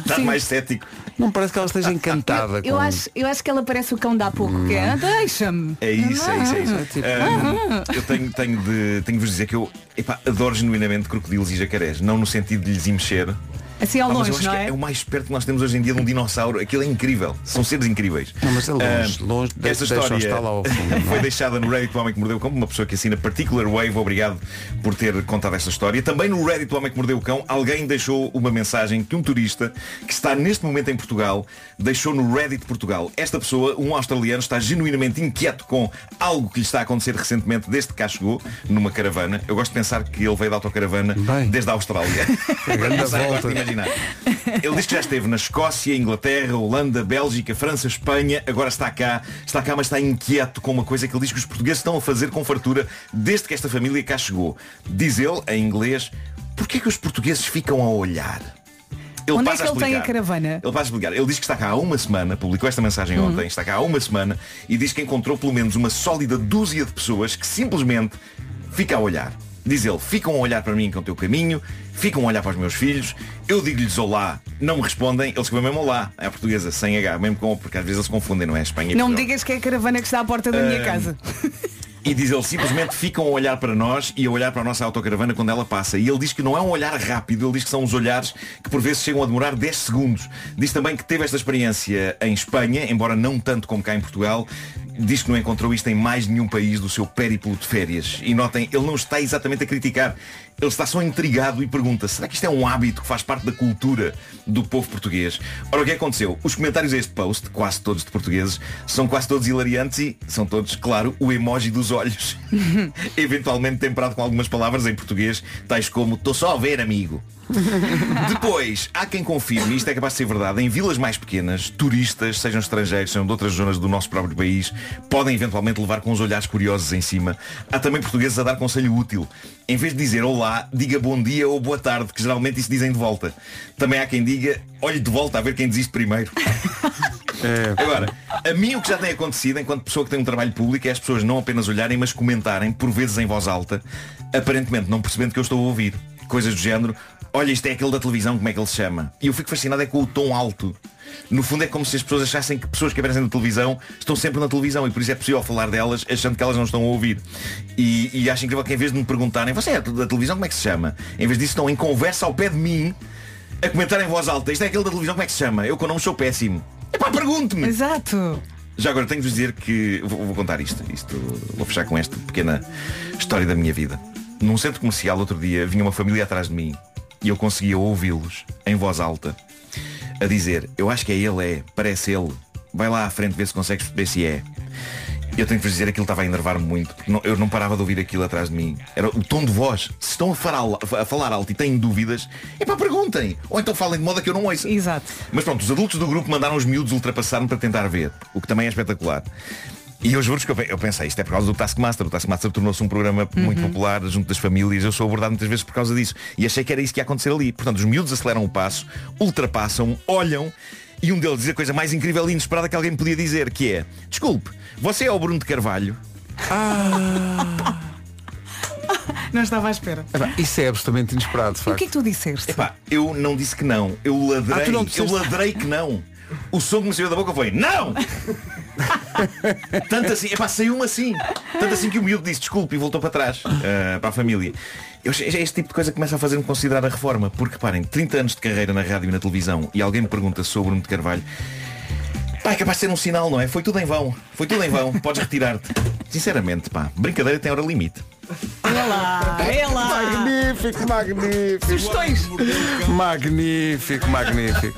Está mais cético.
Não parece que ela esteja encantada
Eu
Hum.
com-
acho, eu acho que ela parece o cão de há pouco, que é, "Ah, deixa-me.
É isso, é isso, é isso.
Ah, tipo,
Ahm,
ah.
eu tenho, tenho, de, tenho de vos dizer que eu epá, adoro genuinamente crocodilos e jacarés, não no sentido de lhes ir mexer.
Assim ao
Pá, Ah, mas eu
longe,
acho
não
que um
é?
o mais perto que nós temos hoje em dia de um dinossauro. Aquilo é incrível. São seres incríveis.
Não, mas é longe,
Ahm,
longe, de-
Ah, essa
deixa-os
história
estar lá ao fundo, é?
foi deixada no Reddit do Homem que Mordeu o Cão por uma pessoa que assina Particular Wave. Obrigado por ter contado esta história. Também no Reddit do Homem que Mordeu o Cão, alguém deixou uma mensagem que um turista que está neste momento em Portugal deixou no Reddit Portugal. Esta pessoa, um australiano, está genuinamente inquieto com algo que lhe está a acontecer recentemente desde que cá chegou, numa caravana. Eu gosto de pensar que ele veio da autocaravana desde a Austrália.
grande
Não sei, eu gosto de
volta.
imaginar. Ele diz que já esteve na Escócia, Inglaterra, Holanda, Bélgica, França, Espanha, agora está cá, está cá, mas está inquieto com uma coisa que ele diz que os portugueses estão a fazer com fartura desde que esta família cá chegou. Diz ele, em inglês, porquê que os portugueses ficam a olhar? Ele
Onde é que
passa a
ele tem a
explicar.
caravana?
Ele vai explicar. Ele diz que está cá há uma semana, publicou esta mensagem
Uhum.
ontem, está cá há uma semana e diz que encontrou pelo menos uma sólida dúzia de pessoas que simplesmente fica a olhar. Diz ele, ficam a olhar para mim enquanto eu caminho, ficam a olhar para os meus filhos, eu digo-lhes olá, não me respondem, eles escrevem mesmo olá, é a portuguesa, sem H, mesmo com, porque às vezes eles se confundem, não é? Espanha e
Não me
Portugal.
digas que é a caravana que está à porta da minha
Ah,
casa.
E diz ele, simplesmente ficam a olhar para nós e a olhar para a nossa autocaravana quando ela passa. E ele diz que não é um olhar rápido, ele diz que são uns olhares que por vezes chegam a demorar 10 segundos. Diz também que teve esta experiência em Espanha, embora não tanto como cá em Portugal. Diz que não encontrou isto em mais nenhum país do seu périplo de férias. E notem, ele não está exatamente a criticar. Ele está só intrigado e pergunta, será que isto é um hábito que faz parte da cultura do povo português? Ora, o que aconteceu? Os comentários a este post, quase todos de portugueses, são quase todos hilariantes e são todos, claro, o emoji dos olhos. Eventualmente temperado com algumas palavras em português, tais como, estou só a ver, amigo. Depois, há quem confirme, isto é capaz de ser verdade, em vilas mais pequenas, turistas, sejam estrangeiros, sejam de outras zonas do nosso próprio país, podem eventualmente levar com os olhares curiosos em cima. Há também portugueses a dar conselho útil. Em vez de dizer olá, diga bom dia ou boa tarde, que geralmente isso dizem de volta. Também há quem diga, olhe de volta a ver quem desiste primeiro. Agora, a mim o que já tem acontecido enquanto pessoa que tem um trabalho público é as pessoas não apenas olharem, mas comentarem, por vezes em voz alta, aparentemente não percebendo que eu estou a ouvir. Coisas do género, olha isto é aquele da televisão, como é que ele se chama? E eu fico fascinado é com o tom alto. No fundo é como se as pessoas achassem que pessoas que aparecem na televisão estão sempre na televisão e por isso é possível falar delas achando que elas não estão a ouvir. E, e acho incrível que em vez de me perguntarem, você é da televisão, como é que se chama? Em vez disso estão em conversa ao pé de mim a comentar em voz alta, isto é aquele da televisão, como é que se chama? Eu com nomes sou péssimo. Epá, pergunte-me!
Exato!
Já agora tenho de vos dizer que vou, vou contar isto. Isto vou fechar com esta pequena história da minha vida. Num centro comercial outro dia vinha uma família atrás de mim e eu conseguia ouvi-los em voz alta a dizer, eu acho que é ele, é, parece ele. Vai lá à frente ver se consegues perceber se é. Eu tenho de vos dizer aquilo estava a enervar-me muito, porque não- eu não parava de ouvir aquilo atrás de mim. Era o tom de voz. Se estão a falar, a falar alto e têm dúvidas, é para perguntem. Ou então falem de modo a que eu não ouça.
Exato.
Mas pronto, os adultos do grupo mandaram os miúdos ultrapassar-me para tentar ver, o que também é espetacular. E eu juro-vos que eu pe- eu pensei, isto é por causa do Taskmaster. O Taskmaster tornou-se um programa muito popular junto das famílias. Eu sou abordado muitas vezes por causa disso. E achei que era isso que ia acontecer ali. Portanto, os miúdos aceleram o passo, ultrapassam, olham e um deles diz a coisa mais incrível e inesperada que alguém podia dizer, que é Desculpe, você é o Bruno de Carvalho?
Não estava à espera.
Epá, Isso é absolutamente inesperado, de
E o
facto.
que é que tu disseste?
Epá, eu não disse que não. Eu ladrei.
Ah, tu não
eu
disseste?
ladrei que não. O som que me saiu da boca foi Não! Tanto assim, epá, saiu-me assim. Tanto assim que o miúdo disse desculpe e voltou para trás, ah, para a família. Eu, este tipo de coisa começa a fazer-me considerar a reforma. Porque, reparem, 30 anos de carreira na rádio e na televisão e alguém me pergunta sobre o Bruno de Carvalho. Pá, é capaz de ser um sinal, não é? Foi tudo em vão. Foi tudo em vão. Podes retirar-te. Sinceramente, pá, brincadeira tem hora limite.
Olha
É
lá, olha Ah, é lá.
Magnífico, magnífico.
Sugestões.
Magnífico, magnífico.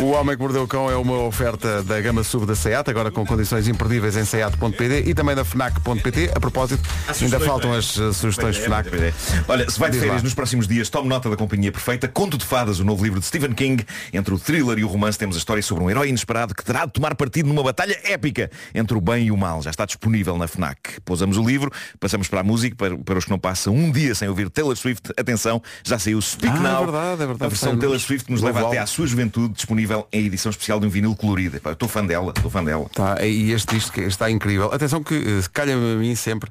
O Homem que Mordeu o Cão é uma oferta da gama sub da SEAT, agora com condições imperdíveis em seat.pd e também na FNAC.pt. A propósito,
Há sugestões,
ainda faltam
não é?
as eh, sugestões
Pois é,
FNAC.
pois é. Olha, se vai de
Diz
férias
lá.
nos próximos dias, tome nota da companhia perfeita. Conto de Fadas, o novo livro de Stephen King. Entre o thriller e o romance temos a história sobre um herói inesperado que terá de tomar partido numa batalha épica entre o bem e o mal. Já está disponível na FNAC. Pousamos o livro, passamos para a música, para, para os que não passam um dia sem ouvir Taylor Swift. Atenção, já saiu Speak
Ah,
Now.
é verdade, é verdade.
A versão
Saiu
Taylor
hoje.
Swift que nos
Novo
leva até
álbum.
à sua juventude, disponível em edição especial de um vinil colorido. Epá, eu Estou fã dela, estou fã dela.
Tá, e este disco que está incrível. Atenção que eh, calha-me a mim sempre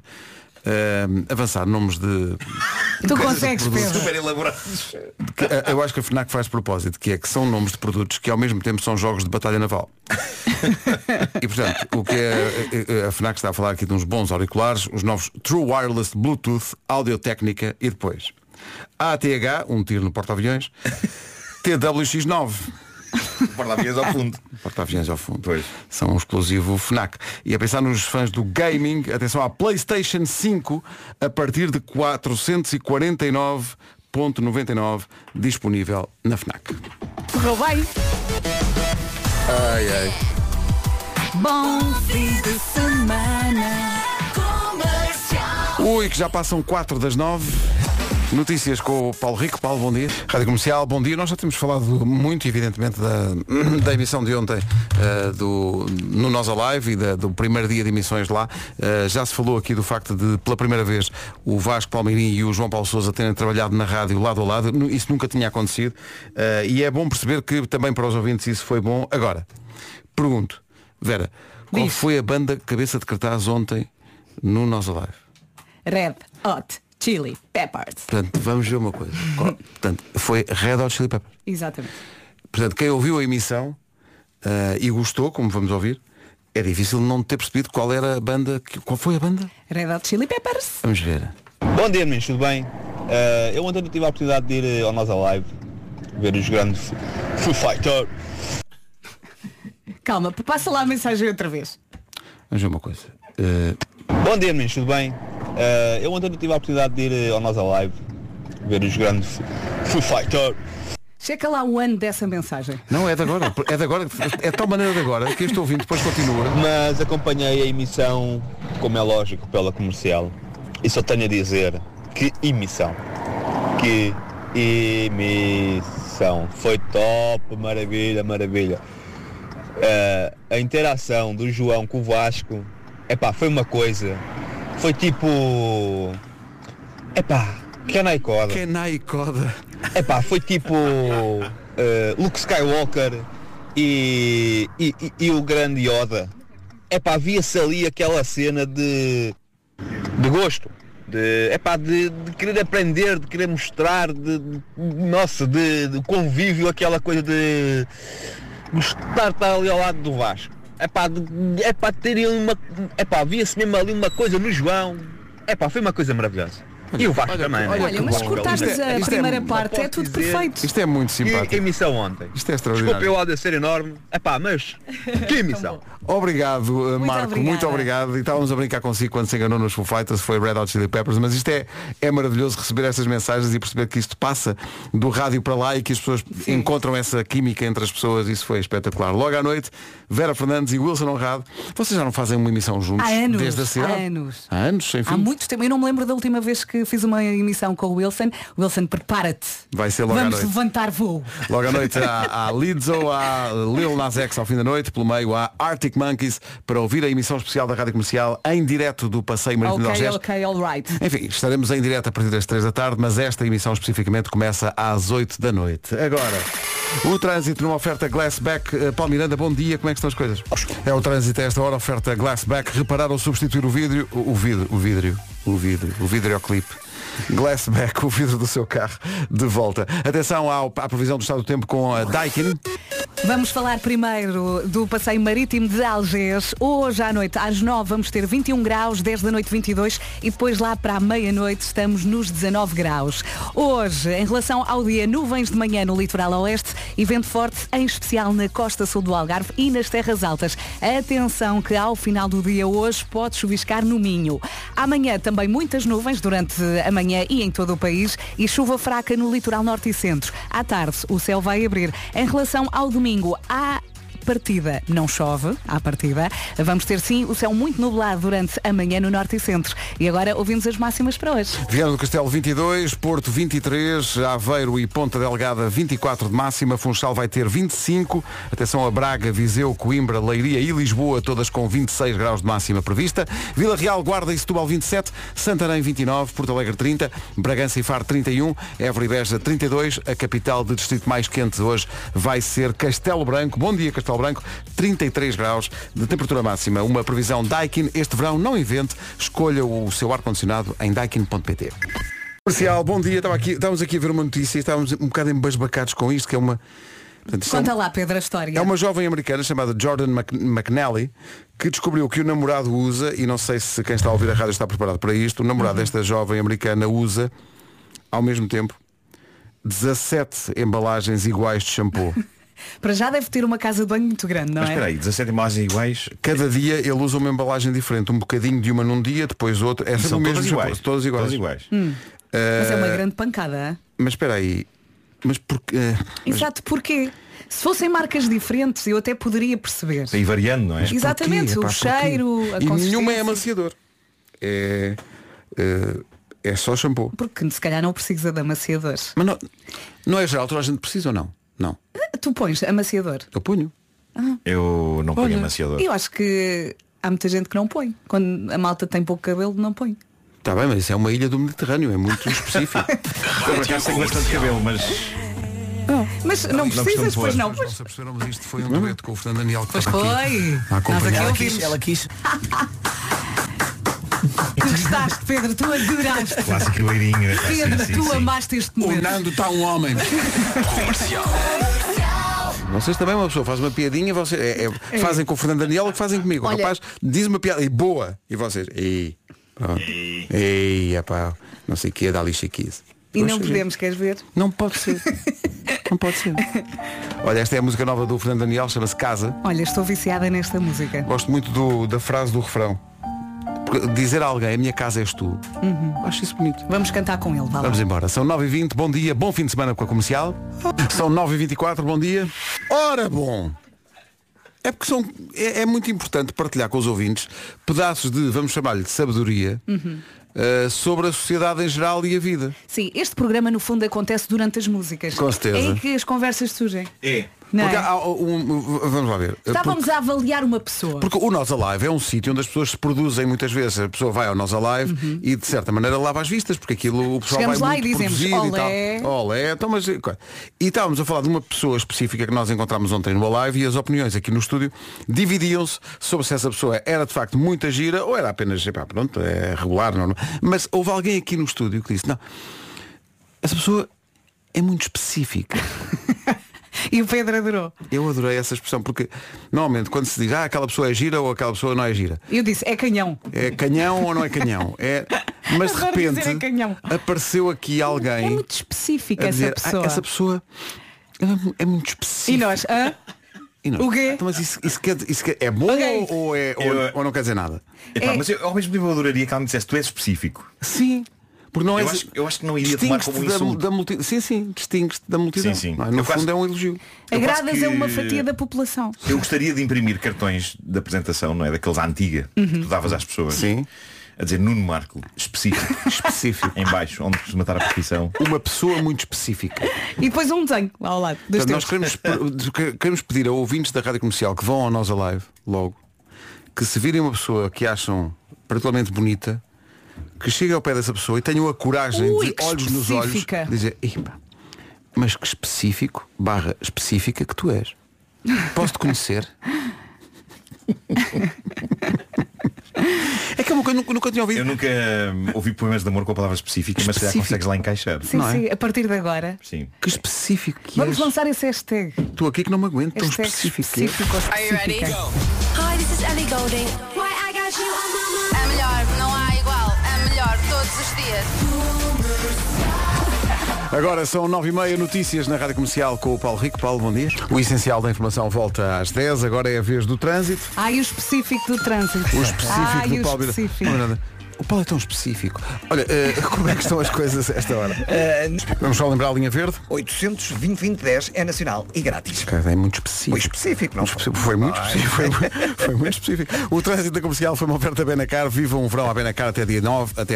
ahm, avançar nomes de.
Tu
coisas
consegues,
de produtos.
Pedro.
Super elaborados.
Que, ah, eu acho que a FNAC faz propósito, que é que são nomes de produtos que ao mesmo tempo são jogos de batalha naval. e portanto, o que é, a FNAC está a falar aqui de uns bons auriculares, os novos True Wireless Bluetooth, Audio Técnica e depois ATH, um tiro no porta-aviões, TWX9.
Porta-aviões ao fundo.
Porta-aviões ao fundo. São um exclusivo FNAC. E a pensar nos fãs do gaming, atenção à PlayStation 5 a partir de 449.99 disponível na FNAC.
Correu bem.
Ai, ai.
Bom fim de semana. Comercial.
Ui, que já passam 4 das 9. Notícias com o Paulo Rico. Paulo, bom dia. Rádio Comercial, bom dia. Nós já temos falado muito, evidentemente, da, da emissão de ontem eh, do, no Nós Alive e da- do primeiro dia de emissões lá. Eh, já se falou aqui do facto de, pela primeira vez, o Vasco Palmeirim e o João Paulo Sousa terem trabalhado na rádio lado a lado. Nu- Isso nunca tinha acontecido. Eh, e é bom perceber que também para os ouvintes isso foi bom. Agora, pergunto, Vera, qual foi a banda cabeça de cartaz ontem no Nós Alive?
Red Hot Chili Peppers.
Portanto, vamos ver uma coisa. Qual- Portanto, foi Red Hot Chili Peppers.
Exatamente.
Portanto, quem ouviu a emissão ah, e gostou, como vamos ouvir, é difícil não ter percebido qual era a banda. que- qual foi a banda?
Red Hot Chili Peppers.
Vamos ver.
Bom dia, meninos, tudo bem? Eh, eu ontem tive a oportunidade de ir eh, ao Nossa Live, ver os grandes Foo Fighter.
Calma, passa lá a mensagem outra vez.
Vamos ver uma coisa. Eh,
Bom dia, meninos, tudo bem? Eh, eu ontem tive a oportunidade de ir eh, ao Nossa Live, ver os grandes Foo Fighter.
Checa lá o ano dessa mensagem.
Não, é de agora. É de agora. É de tal maneira de agora que este ouvinte depois continua.
Mas acompanhei a emissão, como é lógico, pela comercial. E só tenho a dizer que emissão. Que emissão. Foi top, maravilha, maravilha. Eh, a interação do João com o Vasco, epá, foi uma coisa. Foi tipo. Epá, é Kenai Coda.
Kenai Coda.
Epá, foi tipo eh, Luke Skywalker e, e, e- e o grande Yoda. Epá, via-se ali aquela cena de, de gosto. De, epá, de, de querer aprender, de querer mostrar, de, de- nossa, de, de convívio, aquela coisa de gostar de estar ali ao lado do Vasco. Epá, de, epá, terem uma, epá, via-se mesmo ali uma coisa no João. Epá, foi uma coisa maravilhosa. e o Vasco também. né?
Olha, mas cortares
Isto é-
a
isto é-
primeira parte, é
posso
tudo
dizer-
perfeito.
Isto é muito
Que emissão ontem.
Isto é
Desculpa
extraordinário.
eu áudio ser enorme. Epá, mas que emissão.
Obrigado, uh,
Muito
Marco,
obrigada.
muito obrigado. E estávamos a brincar consigo quando se enganou nos Foo Fighters, foi Red Hot Chili Peppers, mas isto é, é maravilhoso receber essas mensagens e perceber que isto passa do rádio para lá e que as pessoas encontram essa química entre as pessoas, isso foi espetacular. Logo à noite, Vera Fernandes e Wilson Honrado, vocês já não fazem uma emissão juntos?
Há anos,
Desde a cidade?
há anos.
Há anos, sem fim.
Há muito tempo. Eu não me lembro da última vez que fiz uma emissão com o Wilson. Wilson, prepara-te.
Vai ser logo à
Vamos
noite.
levantar voo.
Logo à noite há, há Lizzo, há Lil Nas X ao fim da noite, pelo meio há Arctic Monkeys para ouvir a emissão especial da Rádio Comercial em direto do Passeio Marítimo de
ok,
Algés.
ok, alright.
Enfim, estaremos em direto a partir das 3 da tarde, mas esta emissão especificamente começa às 8 da noite. Agora, o trânsito numa oferta Glassback. Eh, Paulo Miranda, bom dia, como é que estão as coisas? É o trânsito a esta hora, oferta Glassback. Reparar ou substituir o vidro, o vidro, o vidro, o vidro, o videoclipe. Glassback, o vidro do seu carro, de volta. Atenção ao- à previsão do estado do tempo com a Daikin.
Vamos falar primeiro do passeio marítimo de Algés. Hoje à noite, às 9, vamos ter 21 graus, 10 da noite 22 e depois lá para a meia-noite estamos nos 19 graus. Hoje, em relação ao dia, nuvens de manhã no litoral oeste e vento forte, em especial na costa sul do Algarve e nas terras altas. Atenção que ao final do dia hoje pode chuviscar no Minho. Amanhã também muitas nuvens durante a manhã e em todo o país e chuva fraca no litoral norte e centro. À tarde, o céu vai abrir. Em relação ao domingo, há partida não chove à partida vamos ter sim o céu muito nublado durante a manhã no norte e centro e agora ouvimos as máximas para hoje
Viana do Castelo 22, Porto 23, Aveiro e Ponta Delgada 24 de máxima, Funchal vai ter 25, atenção a Braga, Viseu, Coimbra, Leiria e Lisboa, todas com 26 graus de máxima prevista, Vila Real, Guarda e Setúbal 27, Santarém 29, Porto Alegre 30, Bragança e um, Faro 31, Évora e Beja 32, a capital de distrito mais quente hoje vai ser Castelo Branco. Bom dia, Castelo Castelo Branco, 33 graus de temperatura máxima. Uma previsão Daikin. Este verão não invente, escolha o seu ar-condicionado em daikin.pt. Comercial, bom dia. Estava aqui, estávamos aqui a ver uma notícia e estávamos um bocado embasbacados com isto, que é uma. portanto, isto é um-
Conta lá, Pedro, a história.
é uma jovem americana chamada Jordan Mc- McNally que descobriu que o namorado usa, e não sei se quem está a ouvir a rádio está preparado para isto, o namorado
Uhum.
desta jovem americana usa, ao mesmo tempo, 17 embalagens iguais de shampoo.
Para já deve ter uma casa de banho muito grande, não
Mas
é?
espera aí,
17 embalagens iguais.
Cada dia ele usa uma embalagem diferente, um bocadinho de uma num dia, depois outra. É
E
sempre
são
o mesmo
todas
shampoo,
iguais.
Todas iguais.
Todas iguais.
Hum,
Eh,
Mas é uma grande pancada. hã?
mas espera aí. Mas porque. eh,
Exato, porquê? Se fossem marcas diferentes, eu até poderia perceber.
E variando, não é?
Mas porquê?
Exatamente, o
Epá, porquê?
cheiro, a
E nenhuma
consistência.
é amaciador. É, eh, é só shampoo.
Porque se calhar não precisa de amaciador.
Mas não, não é geral, toda a gente precisa ou não? Não.
Ah, Tu pões amaciador.
Eu ponho.
Ah.
Eu não ponho
Olha,
amaciador.
Eu acho que há muita gente que não põe. Quando a malta tem pouco cabelo, não põe.
Está bem, mas isso é uma ilha do Mediterrâneo, é muito específico.
Eu por acaso tenho bastante cabelo, mas.
Mas não,
Não, não
precisas,
costumo
pois
pôr.
não.
Mas se perceberam, mas isto foi um dueto com o Fernando Daniel que
Pois
estava
foi.
a
Nós
acompanhar.
aqui é um
Ela
ouvimos.
quis, ela
quis.
Tu gostaste, Pedro, tu adoraste.
Clássico loirinho. é
Pedro, tu amaste este momento.
O Nando está um homem. Vocês também, uma pessoa faz uma piadinha, vocês é- é-
É.
fazem com o Fernando Daniel o que fazem comigo.
Olha.
O rapaz diz uma piada e boa. E vocês, ei, pronto. ei, epá, não sei o que, dá lixa 15.
E não
Poxa,
podemos, queres ver?
Não pode ser. não pode ser. gente. Olha, esta é a música nova do Fernando Daniel, chama-se Casa.
Olha, estou viciada nesta música.
Gosto muito do- da frase do refrão. Porque Dizer a alguém, a minha casa és tu. Uhum. Acho isso bonito.
Vamos cantar com ele, vá lá.
Vamos embora. São 9h20, bom dia, bom fim de semana com a comercial. São 9h24, bom dia. Ora bom! É porque são, é, é muito importante partilhar com os ouvintes pedaços de, vamos chamar-lhe, de sabedoria
Uhum.
eh, sobre a sociedade em geral e a vida.
Sim, este programa no fundo acontece durante as músicas.
Com certeza.
É aí que as conversas surgem.
É.
Não
Porque
é?
há um- vamos lá ver.
Estávamos a avaliar uma pessoa.
Porque o Nós Alive é um sítio onde as pessoas se produzem muitas vezes. A pessoa vai ao Nós Alive e de certa maneira lava as vistas, porque aquilo o pessoal
Uhum. Chegamos
vai
lá
muito
e dizemos,
produzido
"Olé."
e tal. Olé, então, mas... E estávamos a falar de uma pessoa específica que nós encontramos ontem no Alive e as opiniões aqui no estúdio dividiam-se sobre se essa pessoa era de facto muita gira ou era apenas, epá, pronto, é regular, normal. Mas houve alguém aqui no estúdio que disse, não, essa pessoa é muito específica.
E o Pedro adorou.
Eu adorei essa expressão porque normalmente quando se diz ah, aquela pessoa é gira ou aquela pessoa não é gira.
Eu disse, é canhão.
É canhão ou não é canhão? É... Mas de
Adoro dizer
repente
é canhão.
apareceu aqui alguém.
É muito específica
a
essa
dizer, "Ah,
pessoa."
essa pessoa é mu- é muito específica. E
nós, hã?
E nós,
O quê?
"Então, Mas isso, isso quer- isso quer- é bom
Ok.
ou, ou é, ou-
Eu-
ou não quer dizer nada?
Epá, Mas eu, ao mesmo tempo eu adoraria que ela me dissesse, tu és específico.
Sim. Porque não
eu,
és-
acho, eu acho que não iria tomar como um
distingues-te da-
insulto.
da multi- Sim, sim, distingues-te da multidão.
Sim, sim.
não é? No
Eu
fundo
quase-
é um elogio.
Agradas
quase que-
a uma fatia da população.
Eu gostaria de imprimir cartões de apresentação, não é? Daqueles à antiga, que
Uhum.
tu davas às pessoas. Sim. A dizer Nuno Marco, específico.
específico.
Em baixo, onde se matar a profissão.
Uma pessoa muito específica.
E depois um desenho lá ao lado. dos
Portanto, nós
teus.
queremos, pe- queremos pedir a ouvintes da Rádio Comercial que vão ao Nós Alive logo, que se virem uma pessoa que acham particularmente bonita, que cheguem ao pé dessa pessoa e tenham a coragem
Ui,
de
que
olhos nos olhos
específica.
dizer, "Epa, mas que específico, barra específica que tu és. Posso te conhecer? é que eu nunca, nunca, nunca tinha ouvido.
Eu nunca hum, ouvi poemas de amor com a palavra específica, mas se calhar
Específico.
consegues lá encaixar.
Sim, sim, a partir de agora.
Sim.
Que específico é? que
Vamos é
és.
lançar esse hashtag.
Estou aqui que não me aguento, tão
Hashtag
específico. que és.
específico ou específica.
Hi, this is Ellie Golding. É melhor, não há igual. É melhor todos os dias.
Agora são 9h30, notícias na Rádio Comercial com o Paulo Rico. Paulo, bom dia. O essencial da informação volta às 10, agora é a vez do trânsito.
Ai, o específico do trânsito.
O específico
Ai,
do
o
Paulo Miranda.
específico.
Não, não, não. O Paulo é tão específico. Olha, eh, como é que estão as coisas a esta hora? Vamos só lembrar a linha verde?
800 2010 é nacional e grátis.
É muito específico.
Foi específico, não foi?
Foi muito específico. Foi, mu- foi muito específico. O trânsito da comercial foi uma oferta Benacar. Viva um verão à Benacar até dia 9. Até,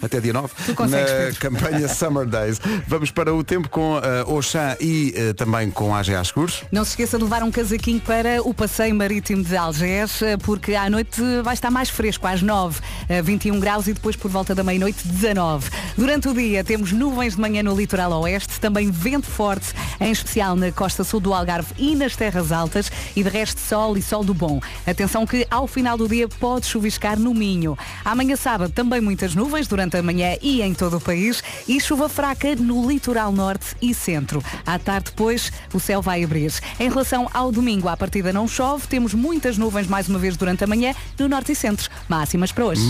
até dia 9.
Tu consegues,
na
Pedro.
campanha Summer Days. Vamos para o tempo com eh, Auchan e eh, também com a AGA Escuros.
Não se esqueça de levar um casaquinho para o passeio marítimo de Algés, eh, porque à noite vai estar mais fresco, às nove eh, 21 graus e depois por volta da meia-noite 19. Durante o dia temos nuvens de manhã no litoral oeste, também vento forte, em especial na costa sul do Algarve e nas terras altas e de resto sol e sol do bom. Atenção que ao final do dia pode chuviscar no Minho. Amanhã sábado também muitas nuvens durante a manhã e em todo o país e chuva fraca no litoral norte e centro. À tarde depois o céu vai abrir. Em relação ao domingo, à partida não chove, temos muitas nuvens mais uma vez durante a manhã no norte e centro. Máximas para hoje.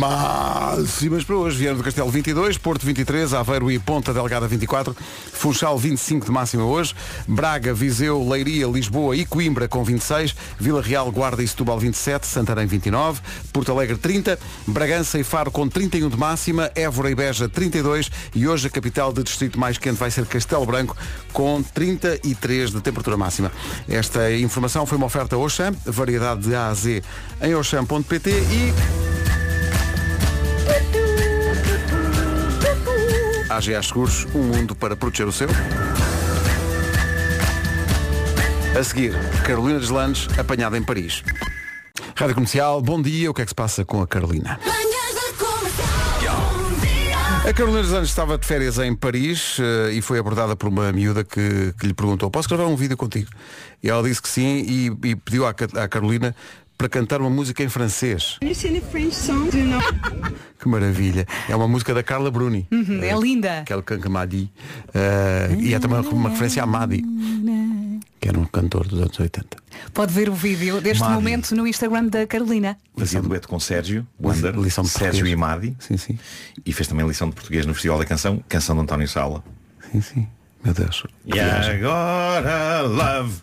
Máximas para hoje. Viana do Castelo 22, Porto 23, Aveiro e Ponta Delgada 24, Funchal 25 de máxima hoje, Braga, Viseu, Leiria, Lisboa e Coimbra com 26, Vila Real, Guarda e Setúbal 27, Santarém 29, Porto Alegre 30, Bragança e Faro com 31 de máxima, Évora e Beja 32 e hoje a capital de distrito mais quente vai ser Castelo Branco com 33 de temperatura máxima. Esta informação foi uma oferta Oxam, variedade de A a Z em oxam.pt e AGA Seguros, um mundo para proteger o seu. A seguir, Carolina Deslandes, apanhada em Paris. Rádio Comercial, bom dia. O que é que se passa com a Carolina? A Carolina Deslandes estava de férias em Paris eh, e foi abordada por uma miúda que, que lhe perguntou posso gravar um vídeo contigo? E ela disse que sim e, e pediu à, Ca- à Carolina para cantar uma música em francês.
You sing a French song, do you know?
Que maravilha. É uma música da Carla Bruni.
Uhum, é linda.
Aquele canca Madi. Eh, e é também uma referência a Madi, que era um cantor dos anos 80.
Pode ver o vídeo deste
Mário.
momento no Instagram da Carolina.
Fazia dueto com Sérgio, Wander, Sérgio e Madi. E fez também lição de português no Festival da Canção, canção de António Sala.
Sim, sim. Meu Deus.
E agora, love,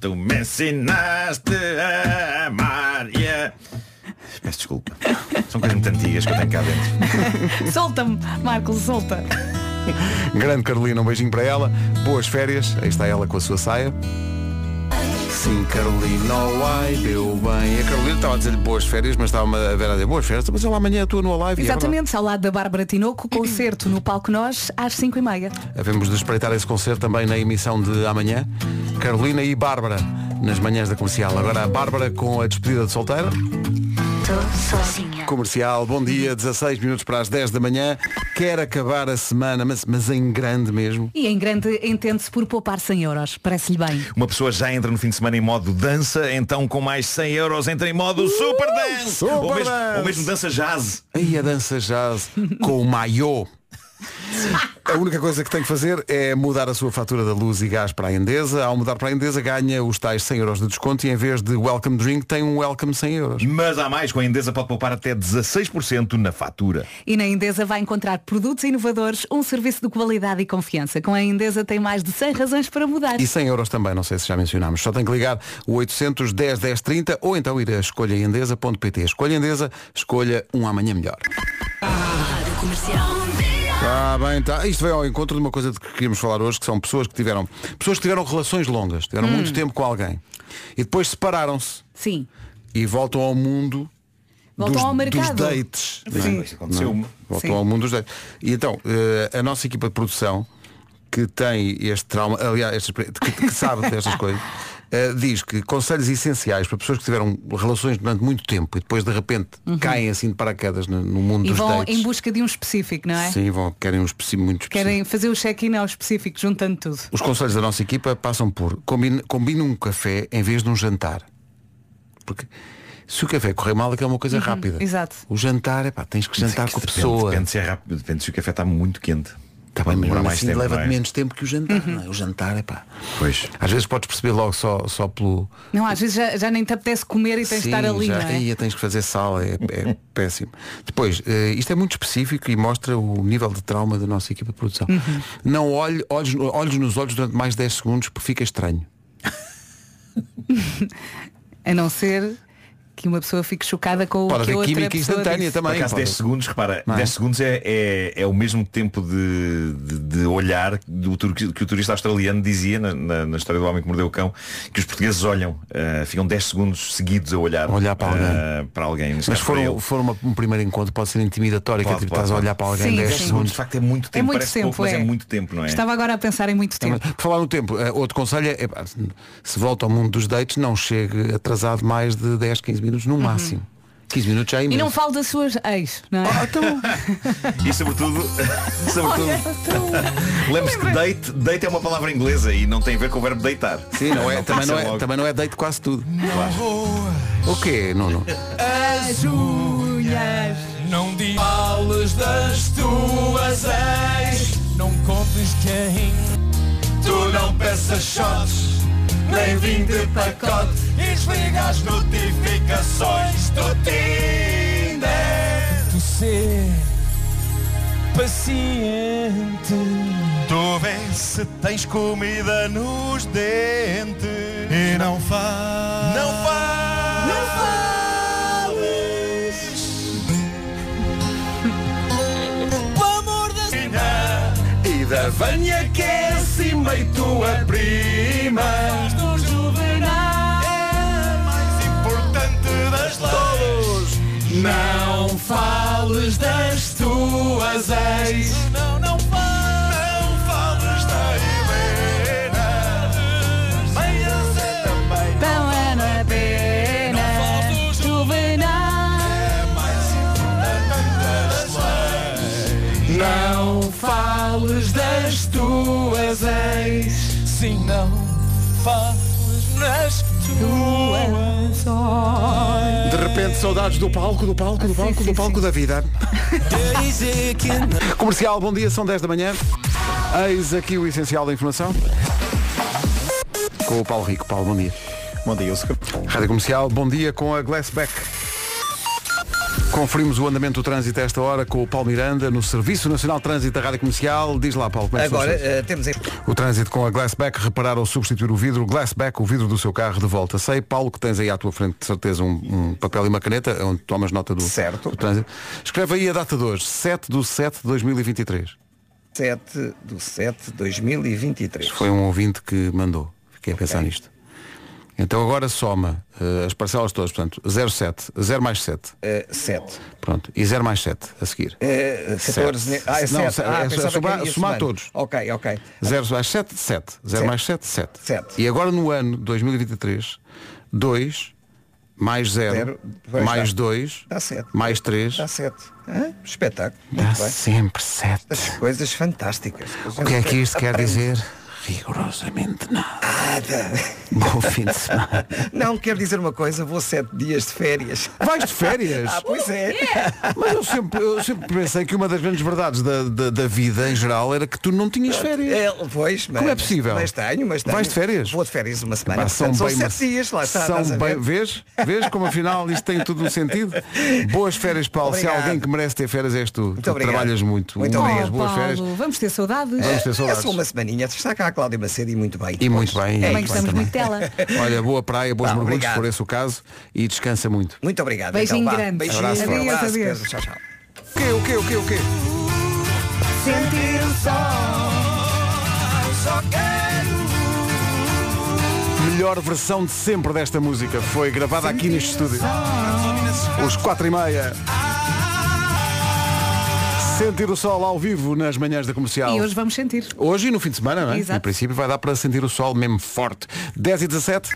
tu me ensinaste a amar. e a- Peço desculpa. São coisas muito antigas que eu tenho cá dentro.
solta-me, Marco, solta.
Grande Carolina, um beijinho para ela. Boas férias. Aí está ela com a sua saia. Sim, Carolina, oh, ai, deu bem. A Carolina estava a dizer-lhe boas férias, mas estava a ver a dizer boas férias, mas ela amanhã atua no é live.
Exatamente, ao lado da Bárbara Tinoco, concerto no Palco Nós, às 5h30.
Havemos de espreitar esse concerto também na emissão de amanhã. Carolina e Bárbara, nas manhãs da comercial. Agora a Bárbara com a despedida de solteira. Comercial, bom dia, 16 minutos para as 10 da manhã. Quer acabar a semana, mas, mas em grande mesmo.
E em grande entende-se por poupar 100 euros. Parece-lhe bem.
Uma pessoa já entra no fim de semana em modo dança, então com mais 100 euros entra em modo Uh, super dance.
Super
ou, mesmo,
dance.
ou mesmo dança jazz.
Aí a dança jazz com o maiô. A única coisa que tem que fazer é mudar a sua fatura da luz e gás para a Endesa. Ao mudar para a Endesa, ganha os tais 100 euros de desconto e em vez de welcome drink, tem um welcome 100 euros.
Mas há mais, com a Endesa pode poupar até 16% na fatura.
E na Endesa vai encontrar produtos inovadores, um serviço de qualidade e confiança. Com a Endesa tem mais de 100 razões para mudar.
E 100 euros também, não sei se já mencionámos. Só tem que ligar o 810 1030 ou então ir a escolhaendesa.pt. Escolha Endesa, escolha um amanhã melhor. Está Tá bem, está. Isto vem ao encontro de uma coisa de que queríamos falar hoje, que são pessoas que tiveram, pessoas que tiveram relações longas, tiveram
Hum.
muito tempo com alguém. E depois separaram-se.
Sim.
E voltam ao mundo
Voltam
dos,
ao mercado.
dos dates.
Sim.
Não é?
Isso aconteceu-me.
Não é? Voltam
Sim.
ao mundo dos dates. E então, eh, a nossa equipa de produção, que tem este trauma, aliás, estas- que, que sabe destas coisas, eh, diz que conselhos essenciais para pessoas que tiveram relações durante muito tempo e depois de repente
Uhum.
caem assim de paraquedas no, no mundo
E
dos
vão
dates.
em busca de um específico, não é?
Sim, vão, querem uns especi- muito específicos.
Querem fazer o check-in ao específico, juntando tudo.
Os conselhos da nossa equipa passam por combine, combine um café em vez de um jantar. Porque se o café correr mal, aquilo é uma coisa
Uhum,
rápida.
exato.
O jantar, epá, tens que jantar com a
Depende,
pessoa.
Depende é se, é rápido, depende se o café está muito quente. Está
Mas mesmo assim,
é?
leva-te menos tempo que o jantar.
Uhum.
não é? O jantar, é pá. Pois. Às vezes podes perceber logo só, só pelo.
Não, às vezes já, já nem te apetece comer e tens de
Sim,
estar ali,
já,
não é?
Aí tens que fazer sala, é, é péssimo. Depois, eh, isto é muito específico e mostra o nível de trauma da nossa equipa de produção.
Uhum.
Não olhe, olhos, olhos nos olhos durante mais 10 segundos porque fica estranho.
A não ser que uma pessoa fique chocada com o
Pode
que a
haver
outra
química
pessoa
instantânea
disse.
também. Por acaso 10 segundos, repara, 10 segundos é, é, é o mesmo tempo de, de, de olhar do tur- que o turista australiano dizia na, na- na história do homem que mordeu o cão, que os portugueses olham, ah, ficam 10 segundos seguidos a olhar, olhar para alguém. para alguém neste
Mas
caso,
for,
para
um,
ele.
for uma- um primeiro encontro pode ser intimidatório, que é
Pode,
tipo,
pode,
estás a
pode.
olhar para alguém
Sim,
10
sim.
segundos.
De facto é muito tempo,
muito
parece
tempo,
pouco, mas
é.
é muito tempo, não é?
Estava agora a pensar em muito
É, mas,
tempo.
Por falar no tempo, eh, outro conselho é, epá, se- se volta ao mundo dos dates, não chegue atrasado mais de 10, 15 minutos no máximo. 15 minutos já é
Uhum. E
imenso.
não falo das suas ex, não é?
Ah, então. E sobretudo, sobretudo
Olha,
lembre-se que date, date é uma palavra inglesa e não tem a ver com o verbo deitar.
Sim, não é,
pode
também, não
ser
é,
logo.
também não é deito quase tudo.
Claro.
O quê, Nuno?
As unhas Não diz Falas das tuas ex Não contes quem Tu não peças shots Nem vim de pacote E desliga as notificações do Tinder Tu ser paciente Tu vês se tens comida nos dentes E não faz Não faz Não Pelo amor da Sina E da Vânia que é assim meio tua prima Os dois juvenais É mais importante das leis Não fales das tuas ex Não, não fales Não fales da Helena Meia Zé também
Não é na pena Juvenal
Não fales das tuas ex Sim, não fales nas tuas
De repente, saudades do palco, do
Ah,
palco, do palco, do palco da vida. Comercial, bom dia, são 10 da manhã. Eis aqui o essencial da informação. Com o Paulo Rico. Paulo, bom dia.
Bom dia, Oscar.
Rádio Comercial, bom dia com a Glassback. Conferimos o andamento do trânsito a esta hora com o Paulo Miranda no Serviço Nacional de Trânsito da Rádio Comercial. Diz lá, Paulo, como é que são
Agora
as coisas?
eh, temos aí.
O trânsito com a Glassback, reparar ou substituir o vidro, Glassback, o vidro do seu carro de volta. Sei, Paulo, que tens aí à tua frente, de certeza, um, um papel e uma caneta, onde tomas nota do, do trânsito. Escreve aí a data de hoje, 7 de 7 de 2023.
7 do 7 de 2023.
Foi um ouvinte que mandou. Fiquei a pensar nisto. Então agora soma eh, as parcelas todas, portanto, 07, 0 mais 7.
7.
Pronto, e 0 mais 7 a seguir.
Eh, 14.
Sete.
Ah, é
Não,
7.
se-
Ah,
é
pensava
somar-
que era
somar
semana.
todos.
Ok, ok.
0 mais 7, 7. 0
Sete.
mais 7, 7. E agora no ano 2023, 2 mais 0,
Zero, pois
mais
dá.
2,
Dá 7.
mais 3.
Dá 7. Espetáculo.
Dá
Muito bem.
sempre 7.
As coisas fantásticas.
O que é que isto quer dizer? Rigorosamente nada. Bom fim de semana.
Não, quero dizer uma coisa, vou sete dias de férias.
Vais de férias?
Ah, pois é.
Mas eu sempre, eu sempre pensei que uma das grandes verdades da, da, da vida em geral era que tu não tinhas férias.
É, pois, mas,
Como é possível?
Mas tenho, mas tenho.
Vais de férias?
Vou de férias uma semana.
Pá,
portanto, são
bem
sete dias, lá está.
São
estás a
bem,
ver?
vês? Vês como afinal isto tem tudo um sentido? Boas férias, Paulo. Se
Obrigado.
alguém que merece ter férias és tu. tu
obrigado.
trabalhas muito.
Muito
um
obrigado.
mês, boas
Oh,
férias.
Paulo, vamos ter saudades.
Vamos ter
É
saudades.
só uma semaninha. Está cá a Cláudia Macedo e muito bem.
E muito bem.
É
Também
isso.
gostamos muito dela.
Olha, boa praia, bons
Pá,
mergulhos,
obrigado.
se for esse o caso, e descansa muito.
Muito obrigado.
Beijinho
então, vá.
grande.
Beijinho.
Abraço,
grande.
abraço.
Abraço,
Adeus,
Pedro. Tchau, tchau.
O quê, o quê, o quê, o quê?
Sentir o sol Só quero
Melhor versão de sempre desta música foi gravada aqui neste estúdio. Os quatro e meia. Sentir o sol ao vivo nas manhãs da comercial.
E hoje vamos sentir.
Hoje e no fim de semana, não é?
Exato.
Em princípio vai dar para sentir o sol mesmo forte. 10 e 17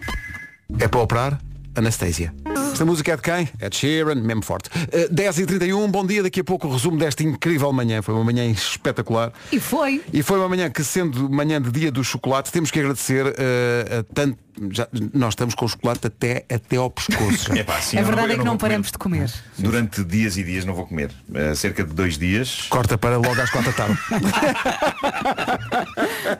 é para operar Anastasia. Esta música é de quem? É de Sheeran, mesmo forte. Eh, 10 e 31 bom dia. Daqui a pouco o resumo desta incrível manhã. Foi uma manhã espetacular.
E foi.
E foi uma manhã que, sendo manhã de dia do chocolate, temos que agradecer eh, a tanto. já- nós estamos com o chocolate até, até ao pescoço.
É pá, sim,
a
eu
verdade
eu
é que não
vou comer.
paramos de comer.
Durante dias e dias não vou comer. Eh, cerca de dois dias.
Corta para logo às quatro da tarde.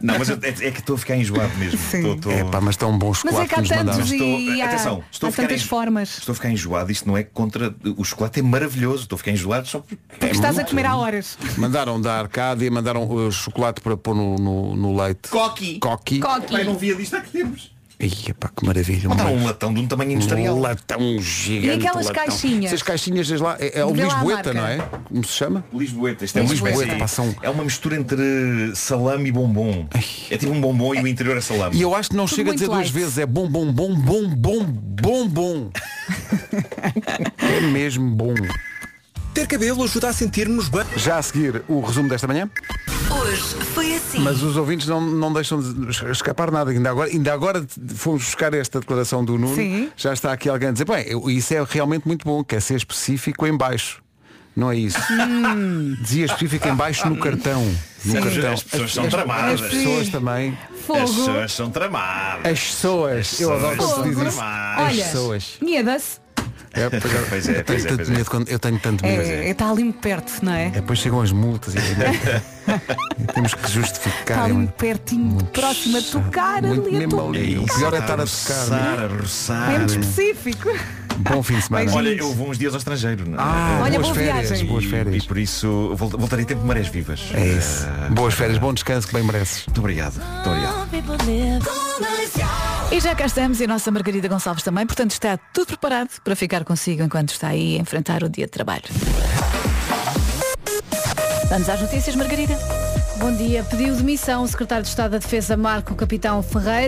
Não, mas eu- é, é que estou a ficar enjoado mesmo. Estou- estou-
É pá, mas tão bom
Mas é
chocolate
que há
nos mandaram.
tantos e
Estou-
há,
atenção, estou
há
a ficar
tantas
em-
formas.
Estou a ficar enjoado, isto não é contra. O chocolate é maravilhoso. Estou a ficar enjoado só porque.
Porque estás a comer há horas.
Mandaram da Arcádia, mandaram eh, chocolate para pôr no, no, no leite.
Coqui.
Coqui.
Pai, não via disto há que tempos.
Ia pá, que maravilha.
Mandaram um latão de um tamanho industrial.
Um latão gigante.
E aquelas
latão.
caixinhas?
Essas caixinhas, diz lá, é, é o
Vê lá a
Lisboeta,
marca.
não é? Como se chama?
Lisboeta, isto é uma
Lisboeta.
espécie.
Pá, são-
É uma mistura entre salame e bombom. É tipo um bombom e o interior é salame.
E eu acho que não chega a dizer duas vezes, é bom, bom, bom, bom, bom, bom, bom. é mesmo bom. Ter cabelo ajuda a sentir-nos bem. Já a seguir o resumo desta manhã.
Hoje foi
assim.
Mas os ouvintes não, não deixam de es- escapar nada. Ainda agora, ainda agora t- fomos buscar esta declaração do Nuno.
Sim.
Já está aqui alguém a dizer, bem, eu- isso é realmente muito bom, quer ser específico em baixo. Não é isso. Dizia específico em baixo no cartão. No
Sim.
cartão.
As pessoas são
então, As-
tramadas.
As pessoas
Sim.
também.
Fogo.
As pessoas são tramadas.
As pessoas. Eu adoro quando se diz isso. As
Olha,
pessoas.
Mieda-se.
É, pois é,
Pois é,
eu, tenho
pois é,
tanto
pois é.
medo quando- eu tenho tanto medo.
É, está ali muito perto, não é?
Depois chegam as multas e, e temos que
Está
justificar.
ali
é
muito pertinho, próximo a tocar
muito
ali a
mesmo
tocar.
ali. O pior é estar a tocar.
roçar, a roçar.
É muito específico.
Bom fim de semana.
Olha, eu vou uns dias ao estrangeiro. não é?
Ah,
Olha,
boas
boa
férias,
viagem.
boas férias.
E por isso vol- voltarei tempo de marés vivas. Ah,
É isso. boas férias, bom descanso que bem mereces.
Muito obrigado. Muito obrigado.
E já cá estamos e a nossa Margarida Gonçalves também, portanto está tudo preparado para ficar consigo enquanto está aí a enfrentar o dia de trabalho. Vamos às notícias, Margarida.
Bom dia. Pediu demissão o secretário de Estado da Defesa Marco Capitão Ferreira.